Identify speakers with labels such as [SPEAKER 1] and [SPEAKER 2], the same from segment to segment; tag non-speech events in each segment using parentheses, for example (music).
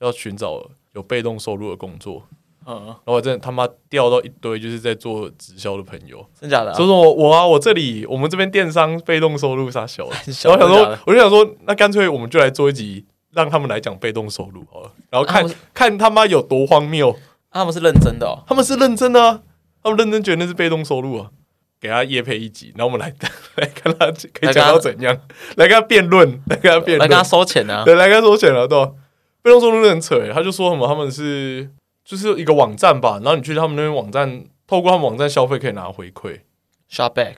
[SPEAKER 1] 要寻找有被动收入的工作，
[SPEAKER 2] 嗯，
[SPEAKER 1] 然后我真的他妈掉到一堆就是在做直销的朋友，
[SPEAKER 2] 真假的啊、
[SPEAKER 1] 所以说我我啊，我这里我们这边电商被动收入啥小的，
[SPEAKER 2] (laughs) 小
[SPEAKER 1] 然后想
[SPEAKER 2] 真假
[SPEAKER 1] 说
[SPEAKER 2] 的，
[SPEAKER 1] 我就想说，那干脆我们就来做一集，让他们来讲被动收入好了，然后
[SPEAKER 2] 啊
[SPEAKER 1] 看、
[SPEAKER 2] 我
[SPEAKER 1] 看他妈有多荒谬，
[SPEAKER 2] 啊他们是认真的哦。
[SPEAKER 1] 他们是认真的、啊，他们认真觉得那是被动收入啊，给他夜配一集，然后我们来 (laughs) 来看他可以讲到怎样，来跟他辩论，来跟他辩
[SPEAKER 2] 来
[SPEAKER 1] 论，
[SPEAKER 2] 跟他收钱啊！
[SPEAKER 1] (laughs) 对，来跟他收钱了，对吧、被动收入真的很扯、欸，他就说什么他们是就是一个网站吧，然后你去他们那边网站，透过他们网站消费可以拿回馈。
[SPEAKER 2] Shop back，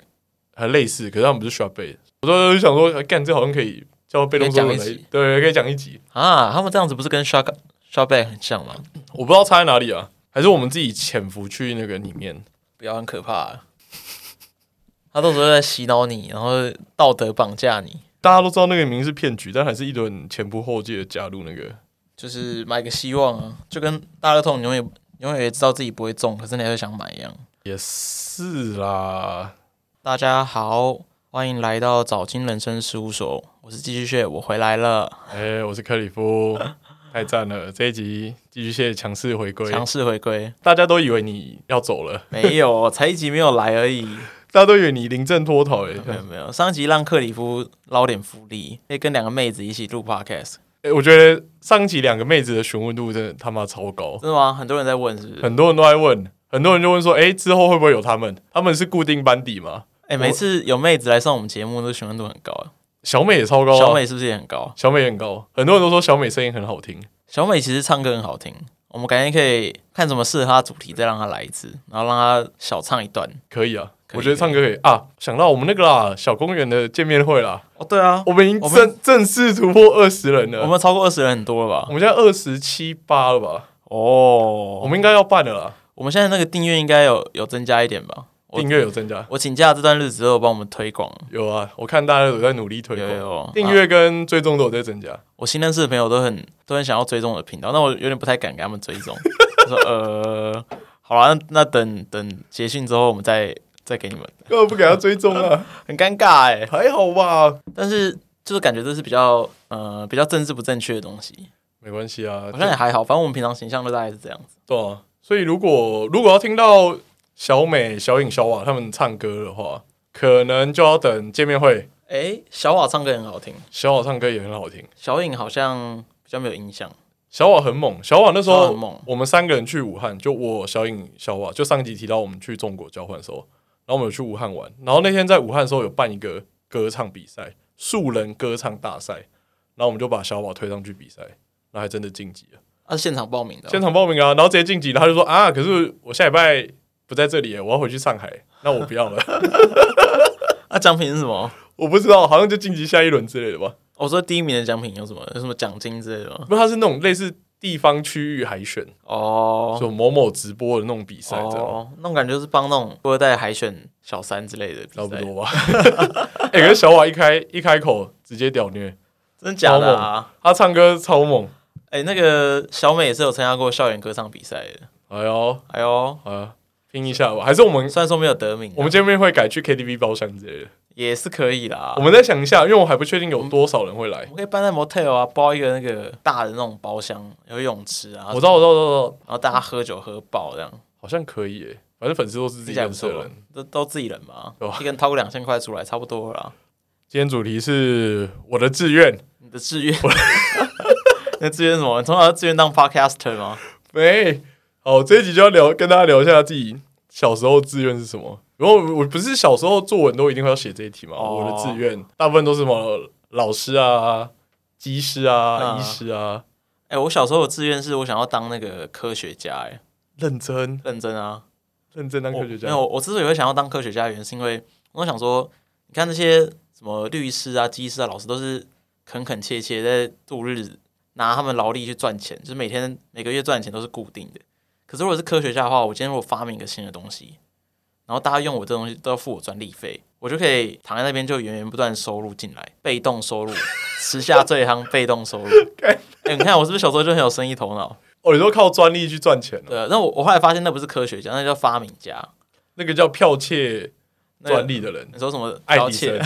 [SPEAKER 1] 很类似，可是他们不是 s h o p 我说就想说，呃干这好像可以叫被动收入
[SPEAKER 2] 可以
[SPEAKER 1] 来
[SPEAKER 2] 讲一集，
[SPEAKER 1] 对，可以讲一集。
[SPEAKER 2] 啊，他们这样子不是跟 Shop Shop back 很像吗？
[SPEAKER 1] 我不知道差在哪里啊，还是我们自己潜伏去那个里面。
[SPEAKER 2] 不要很可怕、啊，他到时候在洗脑你，然后道德绑架你，
[SPEAKER 1] 大家都知道那个名是骗局，但还是一堆人前仆后继的加入那个。
[SPEAKER 2] 就是买个希望啊，就跟大乐透你永远永远也知道自己不会中，可是你还是想买一样。
[SPEAKER 1] 也是啦，
[SPEAKER 2] 大家好，欢迎来到早金人生事务所，我是寄居蟹，我回来了，
[SPEAKER 1] (laughs) 哎、我是克里夫，太赞了！这一集继续蟹强势回归，
[SPEAKER 2] 强势回归，
[SPEAKER 1] 大家都以为你要走了，
[SPEAKER 2] 没有，才一集没有来而已。
[SPEAKER 1] (laughs) 大家都以为你临阵脱逃、欸，
[SPEAKER 2] 没有没有，上集让克里夫捞点福利，可以跟两个妹子一起录 podcast，
[SPEAKER 1] 哎、我觉得上集两个妹子的询问度真的他妈超高，
[SPEAKER 2] 真的吗？很多人在问是不是？
[SPEAKER 1] 很多人都在问，很多人就问说，哎、之后会不会有他们？他们是固定班底吗？
[SPEAKER 2] 哎、每次有妹子来上我们节目，都询问度很高啊。
[SPEAKER 1] 小美也超高、啊，
[SPEAKER 2] 小美是不是也很高？
[SPEAKER 1] 小美也很高，很多人都说小美声音很好听，
[SPEAKER 2] 小美其实唱歌很好听，我们改天可以看什么适合她的主题，再让她来一次，然后让她小唱一段。
[SPEAKER 1] 可以啊，
[SPEAKER 2] 可以
[SPEAKER 1] 我觉得唱歌可以啊。想到我们那个啦，小公园的见面会啦，
[SPEAKER 2] 哦，对啊，
[SPEAKER 1] 我们已经
[SPEAKER 2] 我们
[SPEAKER 1] 正正式突破二十人了，
[SPEAKER 2] 我们超过二十人很多了
[SPEAKER 1] 我
[SPEAKER 2] 吧？
[SPEAKER 1] 们现在二十七八了吧？我
[SPEAKER 2] 哦，
[SPEAKER 1] 们应该要办了啦，
[SPEAKER 2] 我们现在那个订阅应该有有增加一点吧？我
[SPEAKER 1] 订阅有增加。
[SPEAKER 2] 我请假这段日子都有帮我们推广，
[SPEAKER 1] 有啊，我看大家有在努力推
[SPEAKER 2] 有有
[SPEAKER 1] 广，
[SPEAKER 2] 有
[SPEAKER 1] 订、
[SPEAKER 2] 啊
[SPEAKER 1] 阅跟追踪都有在增加。
[SPEAKER 2] 我新认识的朋友都很都很想要追踪我的频道，那我有点不太敢给他们追踪。 (laughs) 我说呃，好啦，那那等等结训之后，我们再再给你们，
[SPEAKER 1] 根本不给他追踪 (laughs) 啊，
[SPEAKER 2] 很尴尬哎、
[SPEAKER 1] 还好吧？
[SPEAKER 2] 但是就是感觉这是比较呃比较政治不正确的东西，
[SPEAKER 1] 没关系啊，
[SPEAKER 2] 好像也还好，反正我们平常形象都大概是这样子。
[SPEAKER 1] 对啊，所以如果如果要听到小美、小颖、小瓦他们唱歌的话，可能就要等见面会。
[SPEAKER 2] 哎、小瓦唱歌很好听，
[SPEAKER 1] 小瓦唱歌也很好听，
[SPEAKER 2] 小颖好像比较没有印象。
[SPEAKER 1] 小瓦很猛。小瓦那时
[SPEAKER 2] 小瓦
[SPEAKER 1] 候
[SPEAKER 2] 很猛
[SPEAKER 1] 我们三个人去武汉，就我、小颖、小瓦，就上集提到我们去中国交换的时候，然后我们有去武汉玩。然后那天在武汉的时候有办一个歌唱比赛，素人歌唱大赛，然后我们就把小瓦推上去比赛，然后还真的晋级了。
[SPEAKER 2] 他、是现场报名的哦、
[SPEAKER 1] 现场报名啊，然后直接晋级，然后他就说啊，可是我下礼拜不在这里耶，我要回去上
[SPEAKER 2] (laughs)
[SPEAKER 1] 海，那我不要了，
[SPEAKER 2] 啊，奖品是什么？
[SPEAKER 1] 我不知道，好像就晋级下一轮之类的吧。
[SPEAKER 2] 我说第一名的奖品有什么？有什么奖金之类的吗？
[SPEAKER 1] 不，他是那种类似地方区域海选，
[SPEAKER 2] 哦
[SPEAKER 1] 就某某直播的那种比赛，这样
[SPEAKER 2] 哦，那种感觉就是帮那种富二代海选小三之类的比
[SPEAKER 1] 差不
[SPEAKER 2] 赛，
[SPEAKER 1] 多吧。 (laughs)
[SPEAKER 2] (laughs)
[SPEAKER 1] 哎，可是小瓦一开一开口直接屌虐，
[SPEAKER 2] 真的假的啊？
[SPEAKER 1] 他唱歌超猛，
[SPEAKER 2] 哎、那个小美也是有参加过校园歌唱比赛的，
[SPEAKER 1] 哎呦，
[SPEAKER 2] 哎呦，
[SPEAKER 1] 哎呀，拼一下吧，还是我们
[SPEAKER 2] 虽然说没有得名啊、
[SPEAKER 1] 我们见面会改去 KTV 包厢之类的，
[SPEAKER 2] 也是可以啦。
[SPEAKER 1] 我们再想一下，因为我还不确定有多少人会来
[SPEAKER 2] 我。们可以搬在 motel 啊，包一个那个大的那种包厢，有泳池啊，
[SPEAKER 1] 我知道，我知道，我知道，
[SPEAKER 2] 然后大家喝酒喝爆这样，
[SPEAKER 1] 好像可以耶，反正粉丝都是自
[SPEAKER 2] 听
[SPEAKER 1] 己
[SPEAKER 2] 起来不
[SPEAKER 1] 认识
[SPEAKER 2] 错
[SPEAKER 1] 的人
[SPEAKER 2] 吧。？都都自己人嘛
[SPEAKER 1] 对啊，
[SPEAKER 2] 一个人掏个两千块出来，差不多了啦。
[SPEAKER 1] 今天主题是我的志愿，
[SPEAKER 2] 你的志愿， (laughs) 你的志愿是什么？你从小就志愿当 podcaster 吗？
[SPEAKER 1] 没好，这一集就要聊跟大家聊一下自己小时候志愿是什么。然后我不是小时候作文都一定会要写这一题嘛，
[SPEAKER 2] 哦
[SPEAKER 1] 我的志愿大部分都是什么老师啊、技师啊、
[SPEAKER 2] 嗯
[SPEAKER 1] 医师啊，
[SPEAKER 2] 哎、我小时候的志愿是我想要当那个科学家、哎，
[SPEAKER 1] 认真
[SPEAKER 2] 认真啊，
[SPEAKER 1] 认真当科学
[SPEAKER 2] 哦我没
[SPEAKER 1] 家。
[SPEAKER 2] 有，我之所以会想要当科学家，的原因是因为我想说，你看那些什么律师啊、技师啊、老师，都是恳恳切切在度日子，拿他们劳力去赚钱，就是每天每个月赚的钱都是固定的。可是如果是科学家的话，我今天如果发明一个新的东西，然后大家用我这东西都要付我专利费，我就可以躺在那边就源源不断的收入进来，被动收入，时下最夯被动
[SPEAKER 1] (laughs)
[SPEAKER 2] 收入。哎、你看我是不是小时候就很有生意头脑？
[SPEAKER 1] 哦，你说靠专利去赚钱了、啊
[SPEAKER 2] 对，啊那我我后来发现那不是科学家，那叫发明家。
[SPEAKER 1] 那个叫剽窃
[SPEAKER 2] 那个
[SPEAKER 1] 专利的人，
[SPEAKER 2] 你说什么？
[SPEAKER 1] (laughs) 爱迪生。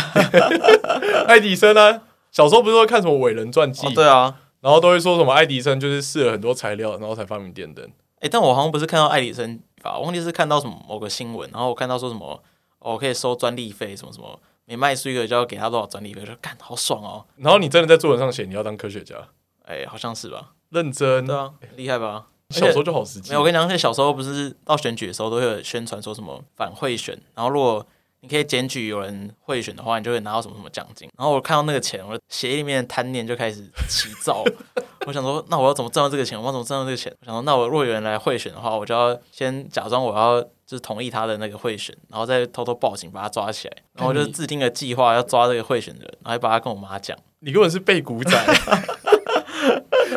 [SPEAKER 1] 爱迪生啊，小时候不是说看什么伟人传记？
[SPEAKER 2] 哦，对啊，
[SPEAKER 1] 然后都会说什么爱迪生就是试了很多材料，然后才发明电灯。
[SPEAKER 2] 哎、但我好像不是看到爱迪生吧，我忘记是看到什么某个新闻，然后我看到说什么，哦，我可以收专利费，什么什么，每卖出一个就要给他多少专利费，我就干好爽哦，
[SPEAKER 1] 然后你真的在作文上写你要当科学家，
[SPEAKER 2] 哎、好像是吧？
[SPEAKER 1] 认真
[SPEAKER 2] 对。啊，厉害吧？而且
[SPEAKER 1] 小时候就好实际
[SPEAKER 2] 没有，，我跟你讲，而且小时候不是到选举的时候都会有宣传说什么反贿选，然后如果你可以检举有人贿选的话，你就会拿到什么什么奖金。然后我看到那个钱，我的血液里面的贪念就开始起燥。 (laughs) 我想说，那我要怎么赚到这个钱？我要怎么赚到这个钱？我想说，那我若有人来贿选的话，我就要先假装我要就是同意他的那个贿选，然后再偷偷报警把他抓起来。然后我就制定个计划要抓这个贿选的人，然后还把他跟我妈讲。
[SPEAKER 1] 你根本是被古仔，
[SPEAKER 2] (laughs)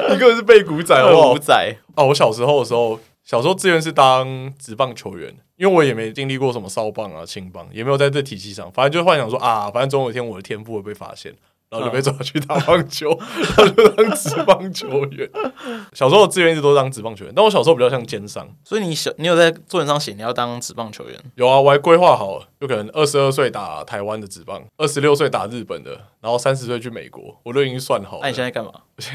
[SPEAKER 1] 你根本是被古仔好不
[SPEAKER 2] 二
[SPEAKER 1] 好
[SPEAKER 2] 五仔，
[SPEAKER 1] 哦，我小时候的时候，小时候志愿是当职棒球员，因为我也没经历过什么少棒啊、青棒，也没有在这体系上，反正就幻想说啊，反正总有一天我的天赋会被发现，然
[SPEAKER 2] 嗯
[SPEAKER 1] 后就被抓去打棒球， (laughs) 然后就当职棒球员。小时候的志愿一直都是当职棒球员，但我小时候比较像奸商，
[SPEAKER 2] 所以你小你有在作文上写你要当职棒球员，
[SPEAKER 1] 有啊，我还规划好了，就可能二十二岁打台湾的职棒，二十六岁打日本的，然后三十岁去美国，我都已经算好
[SPEAKER 2] 那、
[SPEAKER 1] 了
[SPEAKER 2] 你。现在干嘛？
[SPEAKER 1] (laughs)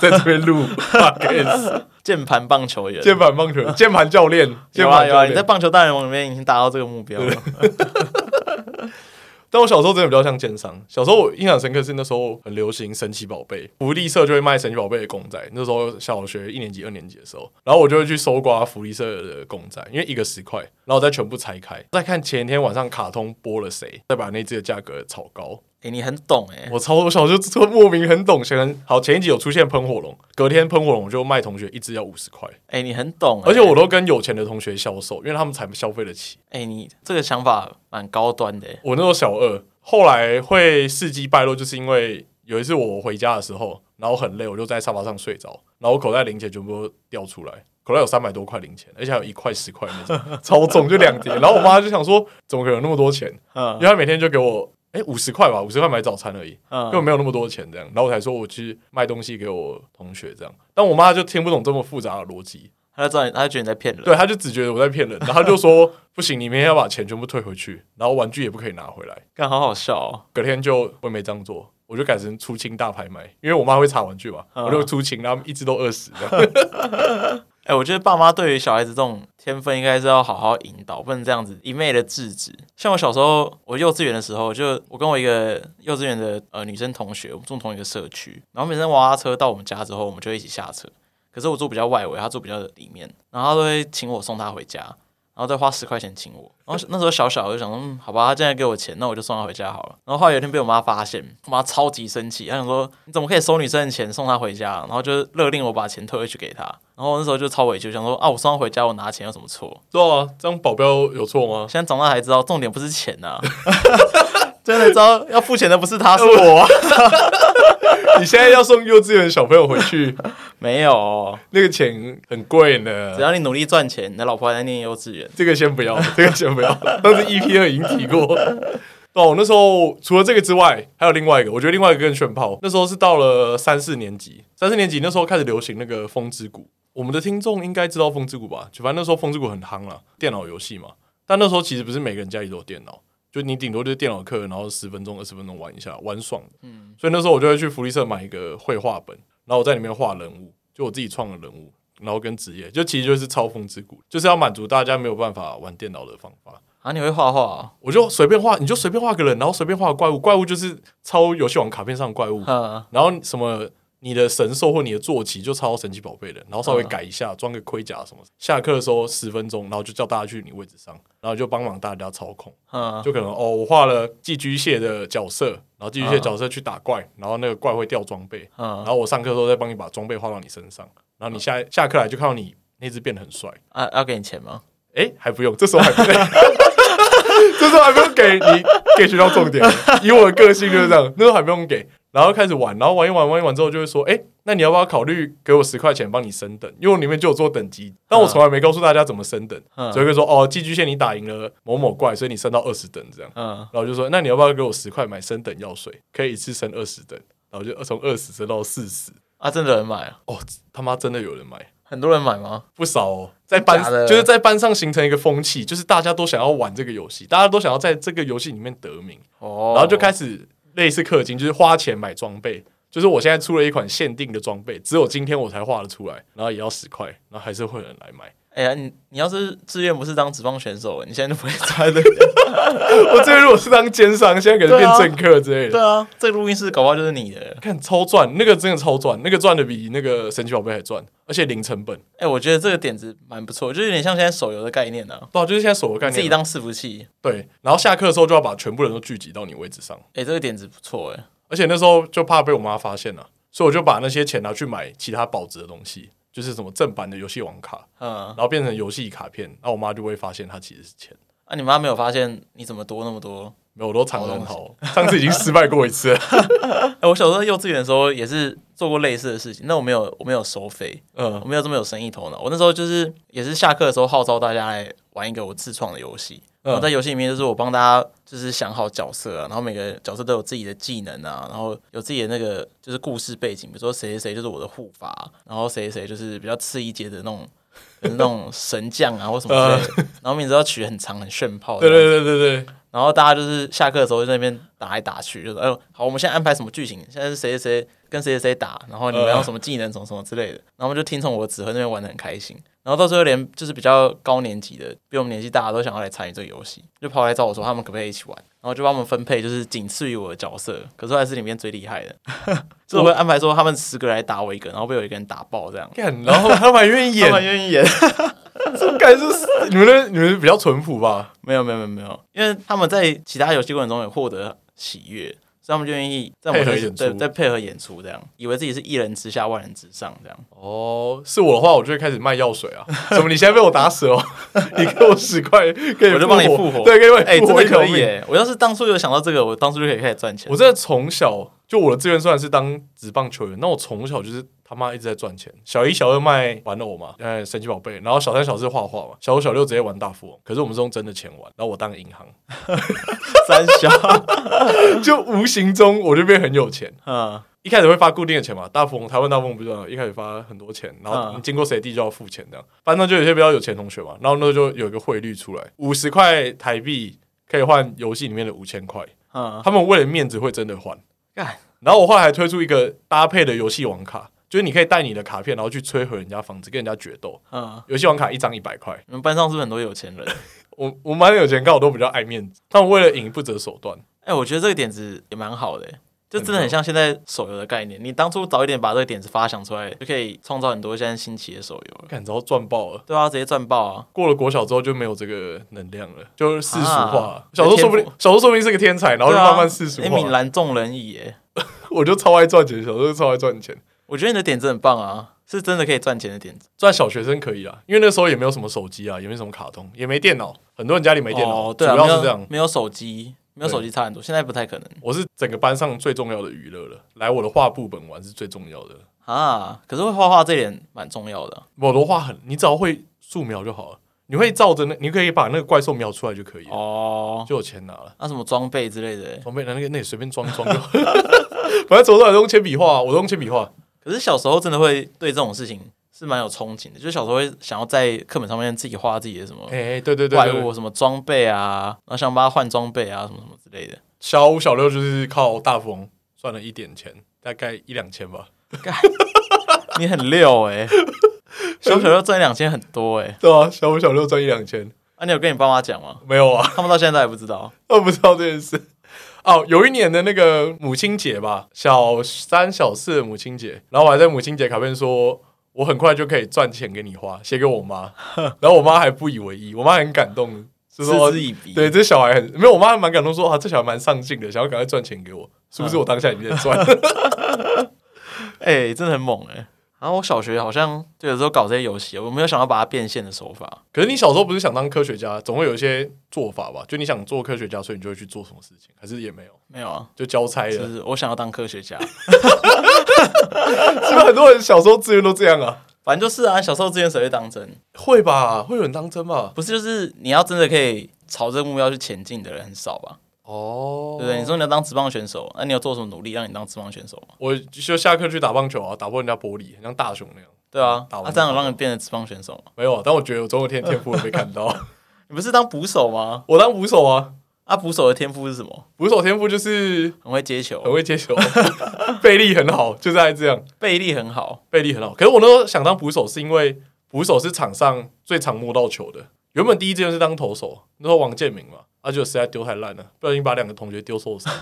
[SPEAKER 1] 在这边录
[SPEAKER 2] (laughs)
[SPEAKER 1] podcast
[SPEAKER 2] 键盘棒球员，
[SPEAKER 1] 键盘棒球员键盘教练，键
[SPEAKER 2] (laughs) 有啊
[SPEAKER 1] 盘
[SPEAKER 2] 有
[SPEAKER 1] 教
[SPEAKER 2] 啊，你
[SPEAKER 1] 练
[SPEAKER 2] 在。棒球大联盟里面已经达到这个目标了。
[SPEAKER 1] 但我小时候真的比较像奸商。小时候我印象深刻是那时候很流行神奇宝贝，福利社就会卖神奇宝贝的公仔。那时候小学一年级、二年级的时候，然后我就会去搜刮福利社的公仔，因为一个十块，然后我再全部拆开，再看前一天晚上卡通播了谁，再把那只的价格炒高。
[SPEAKER 2] 哎、你很懂哎、
[SPEAKER 1] 我超我小时候就莫名很懂，显然好前一集有出现喷火龙，隔天喷火龙就卖同学一只要五十块，
[SPEAKER 2] 哎、你很懂欸、
[SPEAKER 1] 而且我都跟有钱的同学销售，因为他们才消费得起。
[SPEAKER 2] 哎、你这个想法蛮高端的欸、
[SPEAKER 1] 我那时候小二，后来会事迹败露，就是因为有一次我回家的时候，然后很累，我就在沙发上睡着，然后我口袋零钱全部都掉出来，口袋有三百多块零钱，而且还有一块十块那种，超重，就两叠。然后我妈就想说，怎么可能有那么多钱？因
[SPEAKER 2] 嗯
[SPEAKER 1] 为她每天就给我。哎，五十块吧，五十块买早餐而已，根本
[SPEAKER 2] 嗯，
[SPEAKER 1] 没有那么多钱这样。然后我才说我去卖东西给我同学这样，但我妈就听不懂这么复杂的逻辑，
[SPEAKER 2] 他就知道你，他就觉得你在骗人。
[SPEAKER 1] 对，她就只觉得我在骗人，然后她就说不行，你明天要把钱全部退回去，然后玩具也不可以拿回来。
[SPEAKER 2] 干好好笑哦、
[SPEAKER 1] 隔天就我也没这样做，我就改成出清大拍卖，因为我妈会查玩具嘛，
[SPEAKER 2] 嗯
[SPEAKER 1] 我就出清，然后一直都二十。
[SPEAKER 2] (laughs) 哎、我觉得爸妈对于小孩子这种天分，应该是要好好引导，不能这样子一昧的制止。像我小时候，我幼稚园的时候，就我跟我一个幼稚园的呃女生同学，我们住同一个社区，然后每次娃娃车到我们家之后，我们就会一起下车。可是我住比较外围，她住比较里面，然后她都会请我送她回家，然后再花十块钱请我。然后那时候小小我就想说，嗯，好吧，她既然给我钱，那我就送她回家好了。然后后来有一天被我妈发现，我妈超级生气，她想说你怎么可以收女生的钱送她回家？然后就勒令我把钱退回去给她。然后我那时候就超委屈，想说啊，我送她回家，我拿钱有什么错？
[SPEAKER 1] 对啊，这样保镖有错吗？
[SPEAKER 2] 现在长大才知道，重点不是钱呐、 (laughs) 真的知道要付钱的不是她，是我。
[SPEAKER 1] 你现在要送幼稚园小朋友回
[SPEAKER 2] (laughs)
[SPEAKER 1] 去，
[SPEAKER 2] 没有，
[SPEAKER 1] 那个钱很贵
[SPEAKER 2] 只
[SPEAKER 1] 呢。
[SPEAKER 2] 要你努力赚钱，你的老婆还在念幼稚园。
[SPEAKER 1] 这个先不要，这个先不要。当时 EP 二已经提过。哦，我那时候除了这个之外，还有另外一个，我觉得另外一个更炫炮。那时候是到了三四年级，三四年级那时候开始流行那个《风之谷》，我们的听众应该知道《风之谷》吧？就反正那时候《风之谷》很夯啦，电脑游戏嘛。但那时候其实不是每个人家里都有电脑，就你顶多就是电脑课，然后十分钟、二十分钟玩一下，玩爽的。嗯，所以那时候我就会去福利社买一个绘画本，然后我在里面画人物，就我自己创的人物，然后跟职业，就其实就是超风之谷，就是要满足大家没有办法玩电脑的方法。
[SPEAKER 2] 啊，你会画画、哦？
[SPEAKER 1] 我就随便画，你就随便画个人，然后随便画个怪物，怪物就是抄游戏王卡片上的怪物，
[SPEAKER 2] 嗯，
[SPEAKER 1] 然后什么你的神兽或你的坐骑就抄神奇宝贝的，然后稍微改一下，装个盔甲什么的。下课的时候十分钟，然后就叫大家去你位置上，然后就帮忙大家操控。
[SPEAKER 2] 嗯，
[SPEAKER 1] 就可能哦，我画了寄居蟹的角色，然后寄居蟹角色去打怪，然后那个怪会掉装备，
[SPEAKER 2] 嗯
[SPEAKER 1] 然后我上课的时候再帮你把装备画到你身上，然后你下下课来就看到你那只变得很帅，
[SPEAKER 2] 啊，要给你钱吗？
[SPEAKER 1] 诶，还不用，这时候还不用， (laughs) 这时候还不用给你给学校重点，以我的个性就是这样，那时候还不用给，然后开始玩，然后玩一玩玩一玩之后就会说，诶，那你要不要考虑给我十块钱帮你升等？因为我里面就有做等级，但我从来没告诉大家怎么升等，
[SPEAKER 2] 嗯
[SPEAKER 1] 所以会说哦，寄居蟹你打赢了某某怪，所以你升到二十等这样。
[SPEAKER 2] 嗯，
[SPEAKER 1] 然后我就说，那你要不要给我十块买升等药水？可以一次升二十等，然后就呃从二十升到四十。
[SPEAKER 2] 啊，真的有人买啊？
[SPEAKER 1] 哦，他妈真的有人买，
[SPEAKER 2] 很多人买吗？
[SPEAKER 1] 不少哦，在
[SPEAKER 2] 真
[SPEAKER 1] 班
[SPEAKER 2] 假的
[SPEAKER 1] 就是在班上形成一个风气，就是大家都想要玩这个游戏，大家都想要在这个游戏里面得名，
[SPEAKER 2] 哦
[SPEAKER 1] 然后就开始类似氪金，就是花钱买装备。就是我现在出了一款限定的装备，只有今天我才画得出来，然后也要十块，然后还是会有人来买。
[SPEAKER 2] 哎呀，你你要是志愿不是当职棒选手，你现在就不会穿的。
[SPEAKER 1] (laughs) 我这边如果是当奸商，现在可能变政客之类的
[SPEAKER 2] 对，啊，这个录音室搞不好就是你的。
[SPEAKER 1] 看超赚，那个真的超赚，那个赚的比那个神奇宝贝还赚，而且零成本。
[SPEAKER 2] 哎、我觉得这个点子蛮不错，就是有点像现在手游的概念啊，
[SPEAKER 1] 对啊、就是现在手游概
[SPEAKER 2] 自己
[SPEAKER 1] 念啊。
[SPEAKER 2] 当伺服器。
[SPEAKER 1] 对，然后下课的时候就要把全部人都聚集到你位置上，
[SPEAKER 2] 哎、这个点子不错哎、
[SPEAKER 1] 而且那时候就怕被我妈发现了、啊所以我就把那些钱拿去买其他保值的东西，就是什么正版的游戏王卡，
[SPEAKER 2] 嗯，
[SPEAKER 1] 然后变成游戏卡片，那我妈就会发现它其实是钱。
[SPEAKER 2] 啊，你妈没有发现你怎么多那么多？
[SPEAKER 1] 没有，我都藏得很
[SPEAKER 2] 哦
[SPEAKER 1] 好。上次已经失败过一次了。
[SPEAKER 2] 哎、我小时候幼稚园的时候也是做过类似的事情，但我没有我没有收费，我
[SPEAKER 1] 嗯，
[SPEAKER 2] 没有这么有生意头脑。我那时候就是也是下课的时候号召大家来玩一个我自创的游戏。
[SPEAKER 1] 嗯
[SPEAKER 2] 然后在游戏里面，就是我帮大家就是想好角色啊，然后每个角色都有自己的技能啊，然后有自己的那个就是故事背景，比如说谁谁谁就是我的护法，然后谁谁谁就是比较次一阶的那种，就是那种神将啊或什么之类的。然后名字要取很长很炫
[SPEAKER 1] (laughs)
[SPEAKER 2] 炮的
[SPEAKER 1] 嗯对，对对对对，
[SPEAKER 2] 然后大家就是下课的时候就在那边打来打去，就是哎呦，好，我们现在安排什么剧情？现在是谁谁谁跟谁谁谁打，然后你们
[SPEAKER 1] 呃
[SPEAKER 2] 要什么技能，什么什么之类的。然后我们就听从我的指挥，那边玩的很开心。然后到最后连就是比较高年级的，比我们年纪大的都想要来参与这个游戏，就跑来找我说他们可不可以一起玩，然后就帮我们分配，就是仅次于我的角色，可是我还是里面最厉害的。 (laughs) 就是我会安排说他们十个来打我一个，然后被我一个人打爆这样。
[SPEAKER 1] 干，然后他们还愿意
[SPEAKER 2] 他
[SPEAKER 1] 演，
[SPEAKER 2] 们愿意演，
[SPEAKER 1] 这感觉是你们的你们比较淳朴吧？
[SPEAKER 2] 没有没有没有没有，因为他们在其他游戏过程中也获得喜悦，所以他们就愿意在我们
[SPEAKER 1] 配合
[SPEAKER 2] 这
[SPEAKER 1] 演
[SPEAKER 2] 对
[SPEAKER 1] 出
[SPEAKER 2] 在配合演出这样，以为自己是一人之下万人之上
[SPEAKER 1] (laughs)
[SPEAKER 2] 这样。
[SPEAKER 1] 哦，是我的话，我就会开始卖药水啊。 (laughs) 什么？你现在被我打死哦， (laughs) 你给我十块，可以
[SPEAKER 2] 我就帮你
[SPEAKER 1] 复
[SPEAKER 2] 复活
[SPEAKER 1] 对，给你
[SPEAKER 2] 哎、
[SPEAKER 1] 复
[SPEAKER 2] 真
[SPEAKER 1] 活
[SPEAKER 2] 的
[SPEAKER 1] 一条
[SPEAKER 2] 可以
[SPEAKER 1] 命。
[SPEAKER 2] 哎！我要是当初有想到这个，我当初就可以开始赚钱。
[SPEAKER 1] 我真的从小就我的志愿虽然是当职棒球员，那我从小就是他妈一直在赚钱。小一、小二卖玩偶嘛，哎，神奇宝贝，然后小三、小四画画嘛，小五、小六直接玩大富翁。可是我们是用真的钱玩，然后我当银行， (laughs)
[SPEAKER 2] 三小，
[SPEAKER 1] 就无形中我就变很有钱。
[SPEAKER 2] (laughs) 嗯，
[SPEAKER 1] 一开始会发固定的钱嘛，大富翁台湾大富翁不是这样一开始发很多钱，然后
[SPEAKER 2] 嗯
[SPEAKER 1] 你经过谁地就要付钱这样。班上就有一些比较有钱同学嘛，然后那时候就有一个汇率出来，五十块台币可以换游戏里面的五千块，
[SPEAKER 2] 嗯，
[SPEAKER 1] 他们为了面子会真的换。
[SPEAKER 2] 干
[SPEAKER 1] 然后我后来还推出一个搭配的游戏王卡，就是你可以带你的卡片，然后去摧毁人家房子，跟人家决斗。
[SPEAKER 2] 嗯，
[SPEAKER 1] 游戏王卡一张一百块，
[SPEAKER 2] 你们班上是不是很多有钱人？
[SPEAKER 1] 我我蛮有钱，刚好都比较爱面子，他们为了赢不择手段。
[SPEAKER 2] 哎、我觉得这个点子也蛮好的欸，就真的很像现在手游的概念。你当初早一点把这个点子发想出来，就可以创造很多现在新奇的手游了。
[SPEAKER 1] 感觉赚爆了。
[SPEAKER 2] 对啊，直接赚爆啊！
[SPEAKER 1] 过了国小之后就没有这个能量了，就是世俗化
[SPEAKER 2] 啊。
[SPEAKER 1] 小时候说不定
[SPEAKER 2] 天赋，
[SPEAKER 1] 小时候说不定是个天才，然后就
[SPEAKER 2] 对啊
[SPEAKER 1] 慢慢世俗
[SPEAKER 2] 哎
[SPEAKER 1] 化。
[SPEAKER 2] 泯然众人矣哎。
[SPEAKER 1] 我就超爱赚钱，小时候超爱赚钱，
[SPEAKER 2] 我觉得你的点子很棒啊，是真的可以赚钱的点子。
[SPEAKER 1] 赚小学生可以啊，因为那时候也没有什么手机啊，也没什么卡通，也没电脑，很多人家里没电脑，
[SPEAKER 2] 对啊，
[SPEAKER 1] 主要
[SPEAKER 2] 没
[SPEAKER 1] 是
[SPEAKER 2] 有
[SPEAKER 1] 这样。
[SPEAKER 2] 没有手机，没有手机差很多，现在不太可能
[SPEAKER 1] 我是整个班上最重要的娱乐了，来我的画布本玩是最重要的。
[SPEAKER 2] 啊。可是会画画这点蛮重要的
[SPEAKER 1] 我的画很，你只要会素描就好了，你会照着那，你可以把那个怪兽描出来就可以了，
[SPEAKER 2] 哦。
[SPEAKER 1] 就有钱拿了。
[SPEAKER 2] 那、什么装备之类的，
[SPEAKER 1] 旁边拿那个那里随便装装就好， (laughs) 反正从头到尾都用铅笔画啊，我都用铅笔画。
[SPEAKER 2] 可是小时候真的会对这种事情是蛮有憧憬的，就是小时候会想要在课本上面自己画自己的什么
[SPEAKER 1] 哎、对对对
[SPEAKER 2] 怪
[SPEAKER 1] 对，
[SPEAKER 2] 物、什么装备啊，然后想帮他换装备啊，什么什么之
[SPEAKER 1] (laughs)
[SPEAKER 2] 类的。
[SPEAKER 1] 小五、小六就是靠大富翁赚了一点钱，大概一两千吧。
[SPEAKER 2] 你很溜
[SPEAKER 1] 欸
[SPEAKER 2] 哎、小小就赚两千很多哎、
[SPEAKER 1] 对啊，小五、小六赚一两千，
[SPEAKER 2] 啊，你有跟你爸妈讲吗？
[SPEAKER 1] 没有啊， (laughs)
[SPEAKER 2] 他们到现在都还不知道。
[SPEAKER 1] 我不知道这件事。哦，有一年的那个母亲节吧，小三、小四的母亲节，然后我还在母亲节卡片说，我很快就可以赚钱给你花，写给我妈， (laughs) 然后我妈还不以为意，我妈很感动， (laughs) 就说
[SPEAKER 2] 嗤之以鼻。
[SPEAKER 1] 对，这小孩很没有，我妈还蛮感动说，啊，这小孩蛮上进的，想要赶快赚钱给我，是不是？我当下已经在赚，
[SPEAKER 2] 哎、真的很猛哎、然后我小学好像就有时候搞这些游戏，我没有想到把它变现的手法。
[SPEAKER 1] 可是你小时候不是想当科学家，总会有一些做法吧？就你想做科学家，所以你就会去做什么事情，还是也没有，
[SPEAKER 2] 没有啊，
[SPEAKER 1] 就交差
[SPEAKER 2] 就
[SPEAKER 1] 了。
[SPEAKER 2] 是我想要当科学家，
[SPEAKER 1] 是不是很多人小时候志愿都这样啊？
[SPEAKER 2] 反正就是啊，小时候志愿谁会当真？
[SPEAKER 1] 会吧？会有人当真吧？
[SPEAKER 2] 不是，就是你要真的可以朝这个目标去前进的人很少吧？
[SPEAKER 1] 哦
[SPEAKER 2] 对不对？你说你要当职棒选手，那、你有做什么努力让你当职棒选手吗？
[SPEAKER 1] 我就下课去打棒球啊，打破人家玻璃，很像大雄那样。
[SPEAKER 2] 对啊，
[SPEAKER 1] 嗯打
[SPEAKER 2] 那、
[SPEAKER 1] 完
[SPEAKER 2] 这样有让你变成职棒选手吗？
[SPEAKER 1] 没有啊，但我觉得我总有一天天赋会被看到。
[SPEAKER 2] 你不是当捕手吗？
[SPEAKER 1] 我当捕手啊，
[SPEAKER 2] 啊，捕手的天赋是什么？
[SPEAKER 1] 捕手天赋就是
[SPEAKER 2] 很会接球
[SPEAKER 1] 很，会接球， (laughs) 背力很好，就大概这样，
[SPEAKER 2] 背力很好。
[SPEAKER 1] 背力很好。可是我那时候想当捕手，是因为捕手是场上最常摸到球的。原本第一志愿是当投手，那时候王建民嘛，他、啊、就实在丢太烂了，不小心把两个同学丢受伤，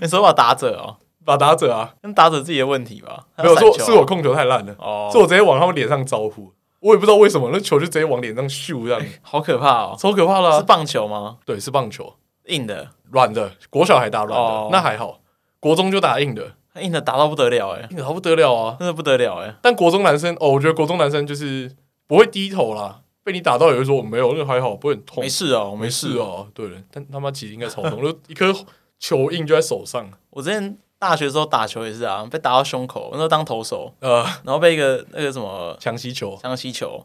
[SPEAKER 2] 你手把打者哦，
[SPEAKER 1] (laughs) 把打者啊，
[SPEAKER 2] 跟打者自己的问题吧。
[SPEAKER 1] 没有是我
[SPEAKER 2] 他
[SPEAKER 1] 是
[SPEAKER 2] 有
[SPEAKER 1] 我控球太烂了，
[SPEAKER 2] 啊哦
[SPEAKER 1] 是，我直接往他们脸上招呼，我也不知道为什么，那球就直接往脸上咻这
[SPEAKER 2] (laughs)
[SPEAKER 1] 样，
[SPEAKER 2] 好可怕哦。
[SPEAKER 1] 超可怕啦、
[SPEAKER 2] 是棒球吗？
[SPEAKER 1] 对，是棒球，
[SPEAKER 2] 硬的，
[SPEAKER 1] 软的，国小还打软的，
[SPEAKER 2] 哦
[SPEAKER 1] 那还好，国中就打硬的，
[SPEAKER 2] 硬的打到不得了哎，
[SPEAKER 1] 硬的好不得了啊。
[SPEAKER 2] 真的不得了哎。
[SPEAKER 1] 但国中男生哦，我觉得国中男生就是不会低头啦，被你打到也会说我哦没有，那还好，不会很痛，
[SPEAKER 2] 没事哦，我没事哦。
[SPEAKER 1] 哦。对了，但他妈其实应该超痛， (laughs) 就一颗球印就在手上，
[SPEAKER 2] 我之前大学的时候打球也是啊，被打到胸口，我那时候当投手，
[SPEAKER 1] 呃，
[SPEAKER 2] 然后被一个那个什么
[SPEAKER 1] 强袭球，
[SPEAKER 2] 枪吸球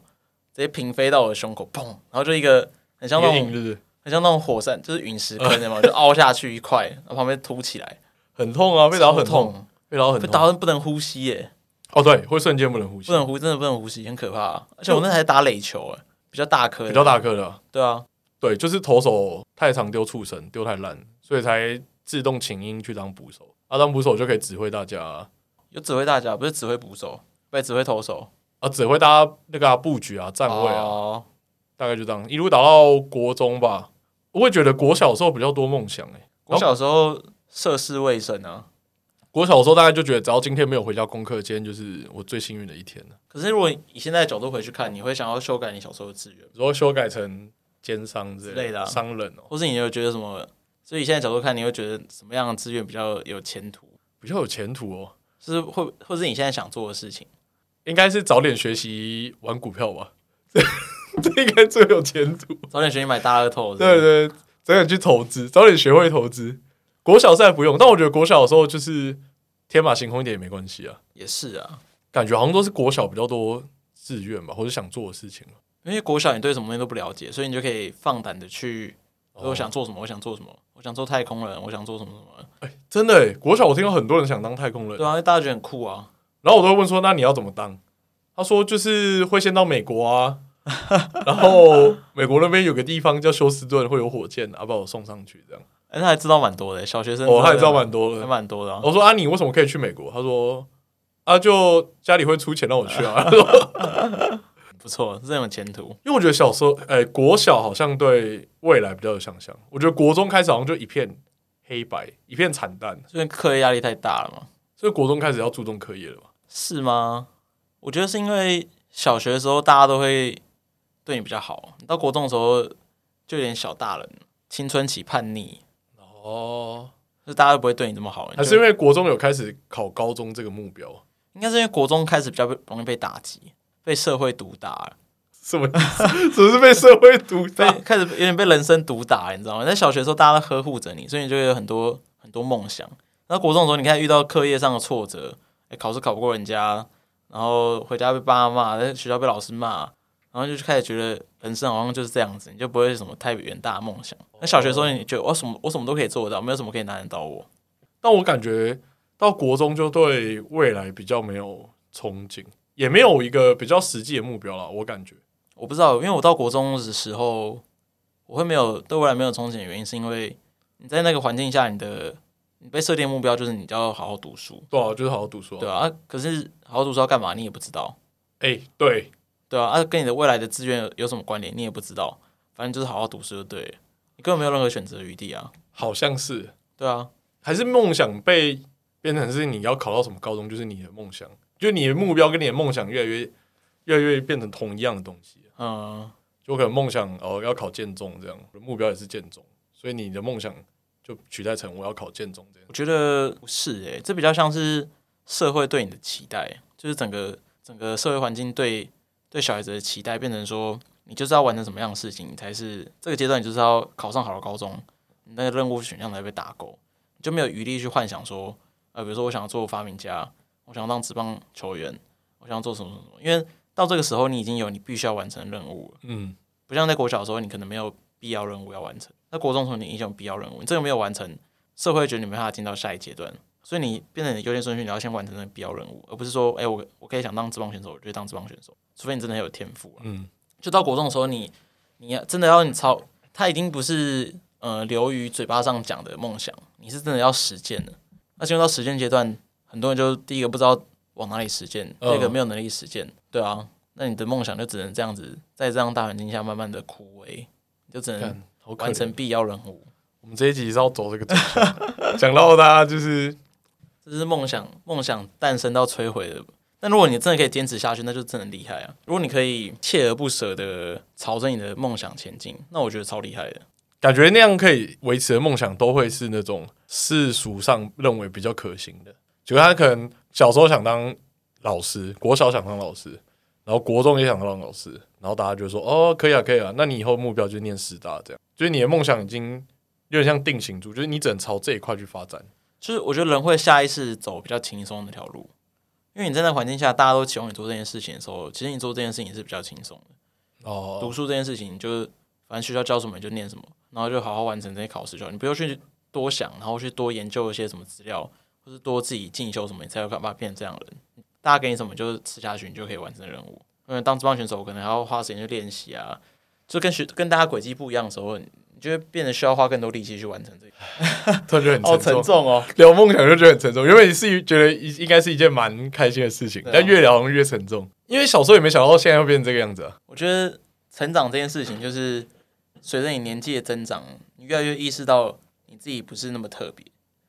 [SPEAKER 2] 直接平飞到我的胸口，砰！然后就一个很像
[SPEAKER 1] 一
[SPEAKER 2] 那
[SPEAKER 1] 个
[SPEAKER 2] 种
[SPEAKER 1] 印就是
[SPEAKER 2] 很像那种火山，就是陨石坑
[SPEAKER 1] (laughs)
[SPEAKER 2] 的嘛，就凹下去一块，然后旁边凸起来，
[SPEAKER 1] 很痛啊，被打到很
[SPEAKER 2] 超
[SPEAKER 1] 痛，，被打到很
[SPEAKER 2] 被打
[SPEAKER 1] 痛。
[SPEAKER 2] 到不能呼吸耶，
[SPEAKER 1] 哦，对，会瞬间不能呼吸
[SPEAKER 2] 不，能呼，真的不能呼吸，很可怕、而且我那还打垒球，哎，比较大颗，
[SPEAKER 1] 比较，大颗的啊、
[SPEAKER 2] 对啊，
[SPEAKER 1] 对，就是投手太常丢畜生，丢太烂，所以才自动请缨去当捕手。啊，当捕手就可以指挥大家
[SPEAKER 2] 有指挥大家，不是指挥捕手，不是指挥投手，
[SPEAKER 1] 啊，指挥大家那个啊、布局啊、站位啊，
[SPEAKER 2] 哦
[SPEAKER 1] 大概就这样，一路打到国中吧。我会觉得国小的时候比较多梦想欸诶、
[SPEAKER 2] 我小时候涉世未深啊，
[SPEAKER 1] 国小的时候大概就觉得，只要今天没有回家功课，今天就是我最幸运的一天了。
[SPEAKER 2] 可是如果以现在的角度回去看，你会想要修改你小时候的志愿吗，
[SPEAKER 1] 然后修改成奸商之
[SPEAKER 2] 之类的啊
[SPEAKER 1] 商人哦、
[SPEAKER 2] 或是你有觉得什么？所以现在角度看，你会觉得什么样的志愿比较有前途？
[SPEAKER 1] 比较有前途哦、
[SPEAKER 2] 就是会，或是你现在想做的事情？
[SPEAKER 1] 应该是早点学习玩股票吧， (laughs) 这这应该最有前途。
[SPEAKER 2] 早点学习买大乐透，是不是
[SPEAKER 1] 对对，早点去投资，早点学会投资。国小赛不用，但我觉得国小的时候就是天马行空一点也没关系啊。
[SPEAKER 2] 也是啊，
[SPEAKER 1] 感觉好像都是国小比较多志愿吧，或者想做的事情。
[SPEAKER 2] 因为国小你对什么东西都不了解，所以你就可以放胆的去，
[SPEAKER 1] 哦
[SPEAKER 2] 我想做什么，我想做什么，我想做太空人，我想做什么什么，
[SPEAKER 1] 真的耶，国小我听到很多人想当太空人
[SPEAKER 2] 对，啊，因为大家觉得很酷啊，
[SPEAKER 1] 然后我都会问说：“那你要怎么当？”他说：“就是会先到美国啊， (laughs) 然后美国那边有个地方叫休斯顿，会有火箭啊，把我送上去这样。
[SPEAKER 2] 哎、他还知道蛮多的，啊小学”生
[SPEAKER 1] 哦，他也知道
[SPEAKER 2] 蛮
[SPEAKER 1] 蛮多
[SPEAKER 2] 还
[SPEAKER 1] 的。
[SPEAKER 2] 蛮多的、啊，
[SPEAKER 1] 我说：“啊，你为什么可以去美国？”他说：“啊，就家里会出钱让我去
[SPEAKER 2] (laughs)
[SPEAKER 1] 啊。他说
[SPEAKER 2] 不错，这有前途”。
[SPEAKER 1] 因为我觉得小时候，哎、国小好像对未来比较有想象。我觉得国中开始好像就一片黑白，一片惨淡，
[SPEAKER 2] 因为课业压力太大了嘛，
[SPEAKER 1] 所以国中开始要注重课业了吧？
[SPEAKER 2] 是吗？我觉得是因为小学的时候大家都会对你比较好，你到国中的时候就有点小大人，青春期叛逆，
[SPEAKER 1] 哦，
[SPEAKER 2] 就是大家都不会对你这么好，你
[SPEAKER 1] 还
[SPEAKER 2] 就是
[SPEAKER 1] 因为国中有开始考高中这个目标。
[SPEAKER 2] 应该是因为国中开始比较被容易被打击，被社会毒打了，
[SPEAKER 1] 什么意思？ (laughs) 只是被社会毒
[SPEAKER 2] 被
[SPEAKER 1] 打？
[SPEAKER 2] 开始有点被人生毒打，你知道吗？在小学的时候，大家都呵护着你，所以你就有很多很多梦想。那国中的时候，你看遇到课业上的挫折，哎考试考不过人家，然后回家被爸妈骂，在学校被老师骂，然后就开始觉得人生好像就是这样子，你就不会有什么太远大的梦想。那小学的时候，你觉得我什么我什么都可以做得到，没有什么可以难得到我。
[SPEAKER 1] 但我感觉到国中就对未来比较没有憧憬，也没有一个比较实际的目标了。我感觉
[SPEAKER 2] 我不知道，因为我到国中的时候，我会没有对未来没有憧憬的原因，是因为你在那个环境下，你的你被设定目标就是你要好好读书，
[SPEAKER 1] 对啊，就是好好读书、
[SPEAKER 2] 对
[SPEAKER 1] 啊。
[SPEAKER 2] 啊。啊可是好好读书要干嘛，你也不知道，
[SPEAKER 1] 哎、对，
[SPEAKER 2] 对啊。啊，跟你的未来的志愿有有什么关联，你也不知道。反正就是好好读书就对了，你根本没有任何选择余地啊，
[SPEAKER 1] 好像是
[SPEAKER 2] 对啊。
[SPEAKER 1] 还是梦想被变成是你要考到什么高中，就是你的梦想，就你的目标跟你的梦想越来越越来越变成同一样的东西。
[SPEAKER 2] 嗯，
[SPEAKER 1] 就可能梦想哦要考建中这样，目标也是建中，所以你的梦想就取代成我要考建中这样。
[SPEAKER 2] 我觉得不是诶、这比较像是社会对你的期待，就是整个整个社会环境对对小孩子的期待，变成说你就是要完成什么样的事情，你才是这个阶段，你就是要考上好的高中，你那个任务选项才被打勾，你就没有余力去幻想说，呃，比如说我想要做发明家，我想要当职棒球员，我想要做什么什么什么，因为到这个时候你已经有你必须要完成的任务了。
[SPEAKER 1] 嗯，
[SPEAKER 2] 不像在国小的时候，你可能没有必要任务要完成；那国中的时候，你已经有必要任务，你这个没有完成，社会会觉得你没办法进到下一阶段，所以你变成你优先顺序，你要先完成那个必要任务，而不是说，哎、我我可以想当职棒选手，我就当职棒选手，除非你真的很有天赋、啊。
[SPEAKER 1] 嗯，
[SPEAKER 2] 就到国中的时候你，你要真的要你超它已经不是呃流于嘴巴上讲的梦想，你是真的要实践的。那进入到实践阶段，很多人就第一个不知道往哪里实践，第
[SPEAKER 1] 嗯
[SPEAKER 2] 二个没有能力实践，对啊，那你的梦想就只能这样子，在这样大环境下慢慢的枯萎，你就只能
[SPEAKER 1] 看好可
[SPEAKER 2] 完
[SPEAKER 1] 怜
[SPEAKER 2] 成。必要任务。
[SPEAKER 1] 我们这一集是要走这个主题，讲到大家就是
[SPEAKER 2] 这是梦想，梦想诞生到摧毁的。但如果你真的可以坚持下去，那就真的厉害啊！如果你可以锲而不舍的朝着你的梦想前进，那我觉得超厉害的。
[SPEAKER 1] 感觉那样可以维持的梦想，都会是那种世俗上认为比较可行的。就他可能小时候想当老师，国小想当老师，然后国中也想当老师，然后大家就说：“哦，可以啊，可以啊。”那你以后目标就是念师大，这样就是你的梦想已经有点像定型住，就是你只能朝这一块去发展。
[SPEAKER 2] 就是我觉得人会下意识走比较轻松的那条路，因为你在那环境下，大家都期望你做这件事情的时候，其实你做这件事情是比较轻松的。读
[SPEAKER 1] 哦，
[SPEAKER 2] 书这件事情，就是反正学校教什么你就念什么，然后就好好完成这些考试就好，你不用去多想，然后去多研究一些什么资料，或是多自己进修什么，你才有办法变成这样的人。大家给你什么，你就吃下去，你就可以完成任务。因为当职棒选手，我可能还要花时间去练习啊，就跟学跟大家轨迹不一样的时候，你你就会变得需要花更多力气去完成这个。
[SPEAKER 1] 突然觉得很沉重。
[SPEAKER 2] 重哦，
[SPEAKER 1] 聊梦想就觉得很沉重，原本是觉得应该是一件蛮开心的事情，
[SPEAKER 2] 对啊
[SPEAKER 1] 但越聊好像越沉重。因为小时候也没想到现在会变成这个样子啊。
[SPEAKER 2] 我觉得成长这件事情，就是随着你年纪的增长，你越来越意识到你自己不是那么特别。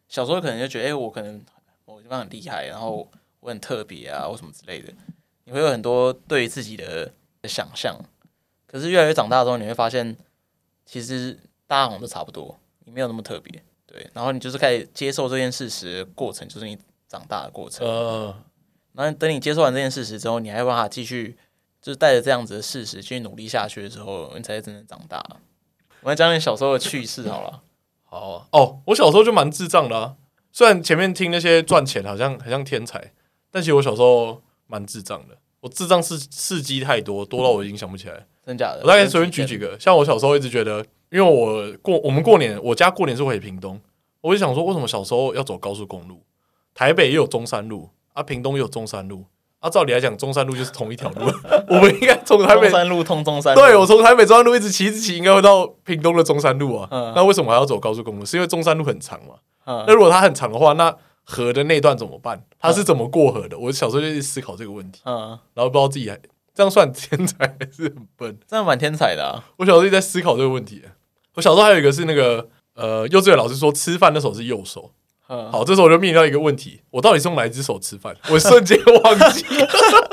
[SPEAKER 2] 小时候可能就觉得，哎、我可能某个地方很厉害，然后我很特别啊，或什么之类的，你会有很多对于自己的的想象。可是越来越长大之后，你会发现，其实大家好像都差不多，你没有那么特别。对，然后你就是开始接受这件事实的过程，就是你长大的过程。
[SPEAKER 1] 呃，
[SPEAKER 2] 然后等你接受完这件事实之后，你还有办法继续就是带着这样子的事实去努力下去的时候，你才是真正长大。我来讲点小时候的趣事好了。
[SPEAKER 1] 好啊、哦，我小时候就蛮智障的啊。虽然前面听那些赚钱好像很像天才，但其实我小时候蛮智障的。我智障事事迹太多，多到我已经想不起来。
[SPEAKER 2] (laughs) 真假的？
[SPEAKER 1] 我大概随便举几个，像我小时候一直觉得，因为我过我们过年，我家过年是回屏东，我就想说，为什么小时候要走高速公路？台北也有中山路啊，屏东也有中山路啊，照理来讲，中山路就是同一条路， (laughs) 我们应该从台
[SPEAKER 2] 中
[SPEAKER 1] 北
[SPEAKER 2] 山路通中山路，
[SPEAKER 1] 对我从台北中山路一直骑，一直骑，应该会到屏东的中山路啊。
[SPEAKER 2] 嗯
[SPEAKER 1] 那为什么还要走高速公路？是因为中山路很长嘛？
[SPEAKER 2] 嗯
[SPEAKER 1] 那如果它很长的话，那河的那段怎么办？它是怎么过河的？我小时候就一直思考这个问题，
[SPEAKER 2] 嗯，
[SPEAKER 1] 然后不知道自己还这样算天才还是很笨。
[SPEAKER 2] 真的蛮天才的、啊。
[SPEAKER 1] 我小时候一直在思考这个问题。欸我小时候还有一个是那个呃，幼稚园老师说吃饭的手是右手，
[SPEAKER 2] 嗯，
[SPEAKER 1] 好，这时候我就面临到一个问题：我到底是用哪一只手吃饭？我瞬间忘记， (laughs)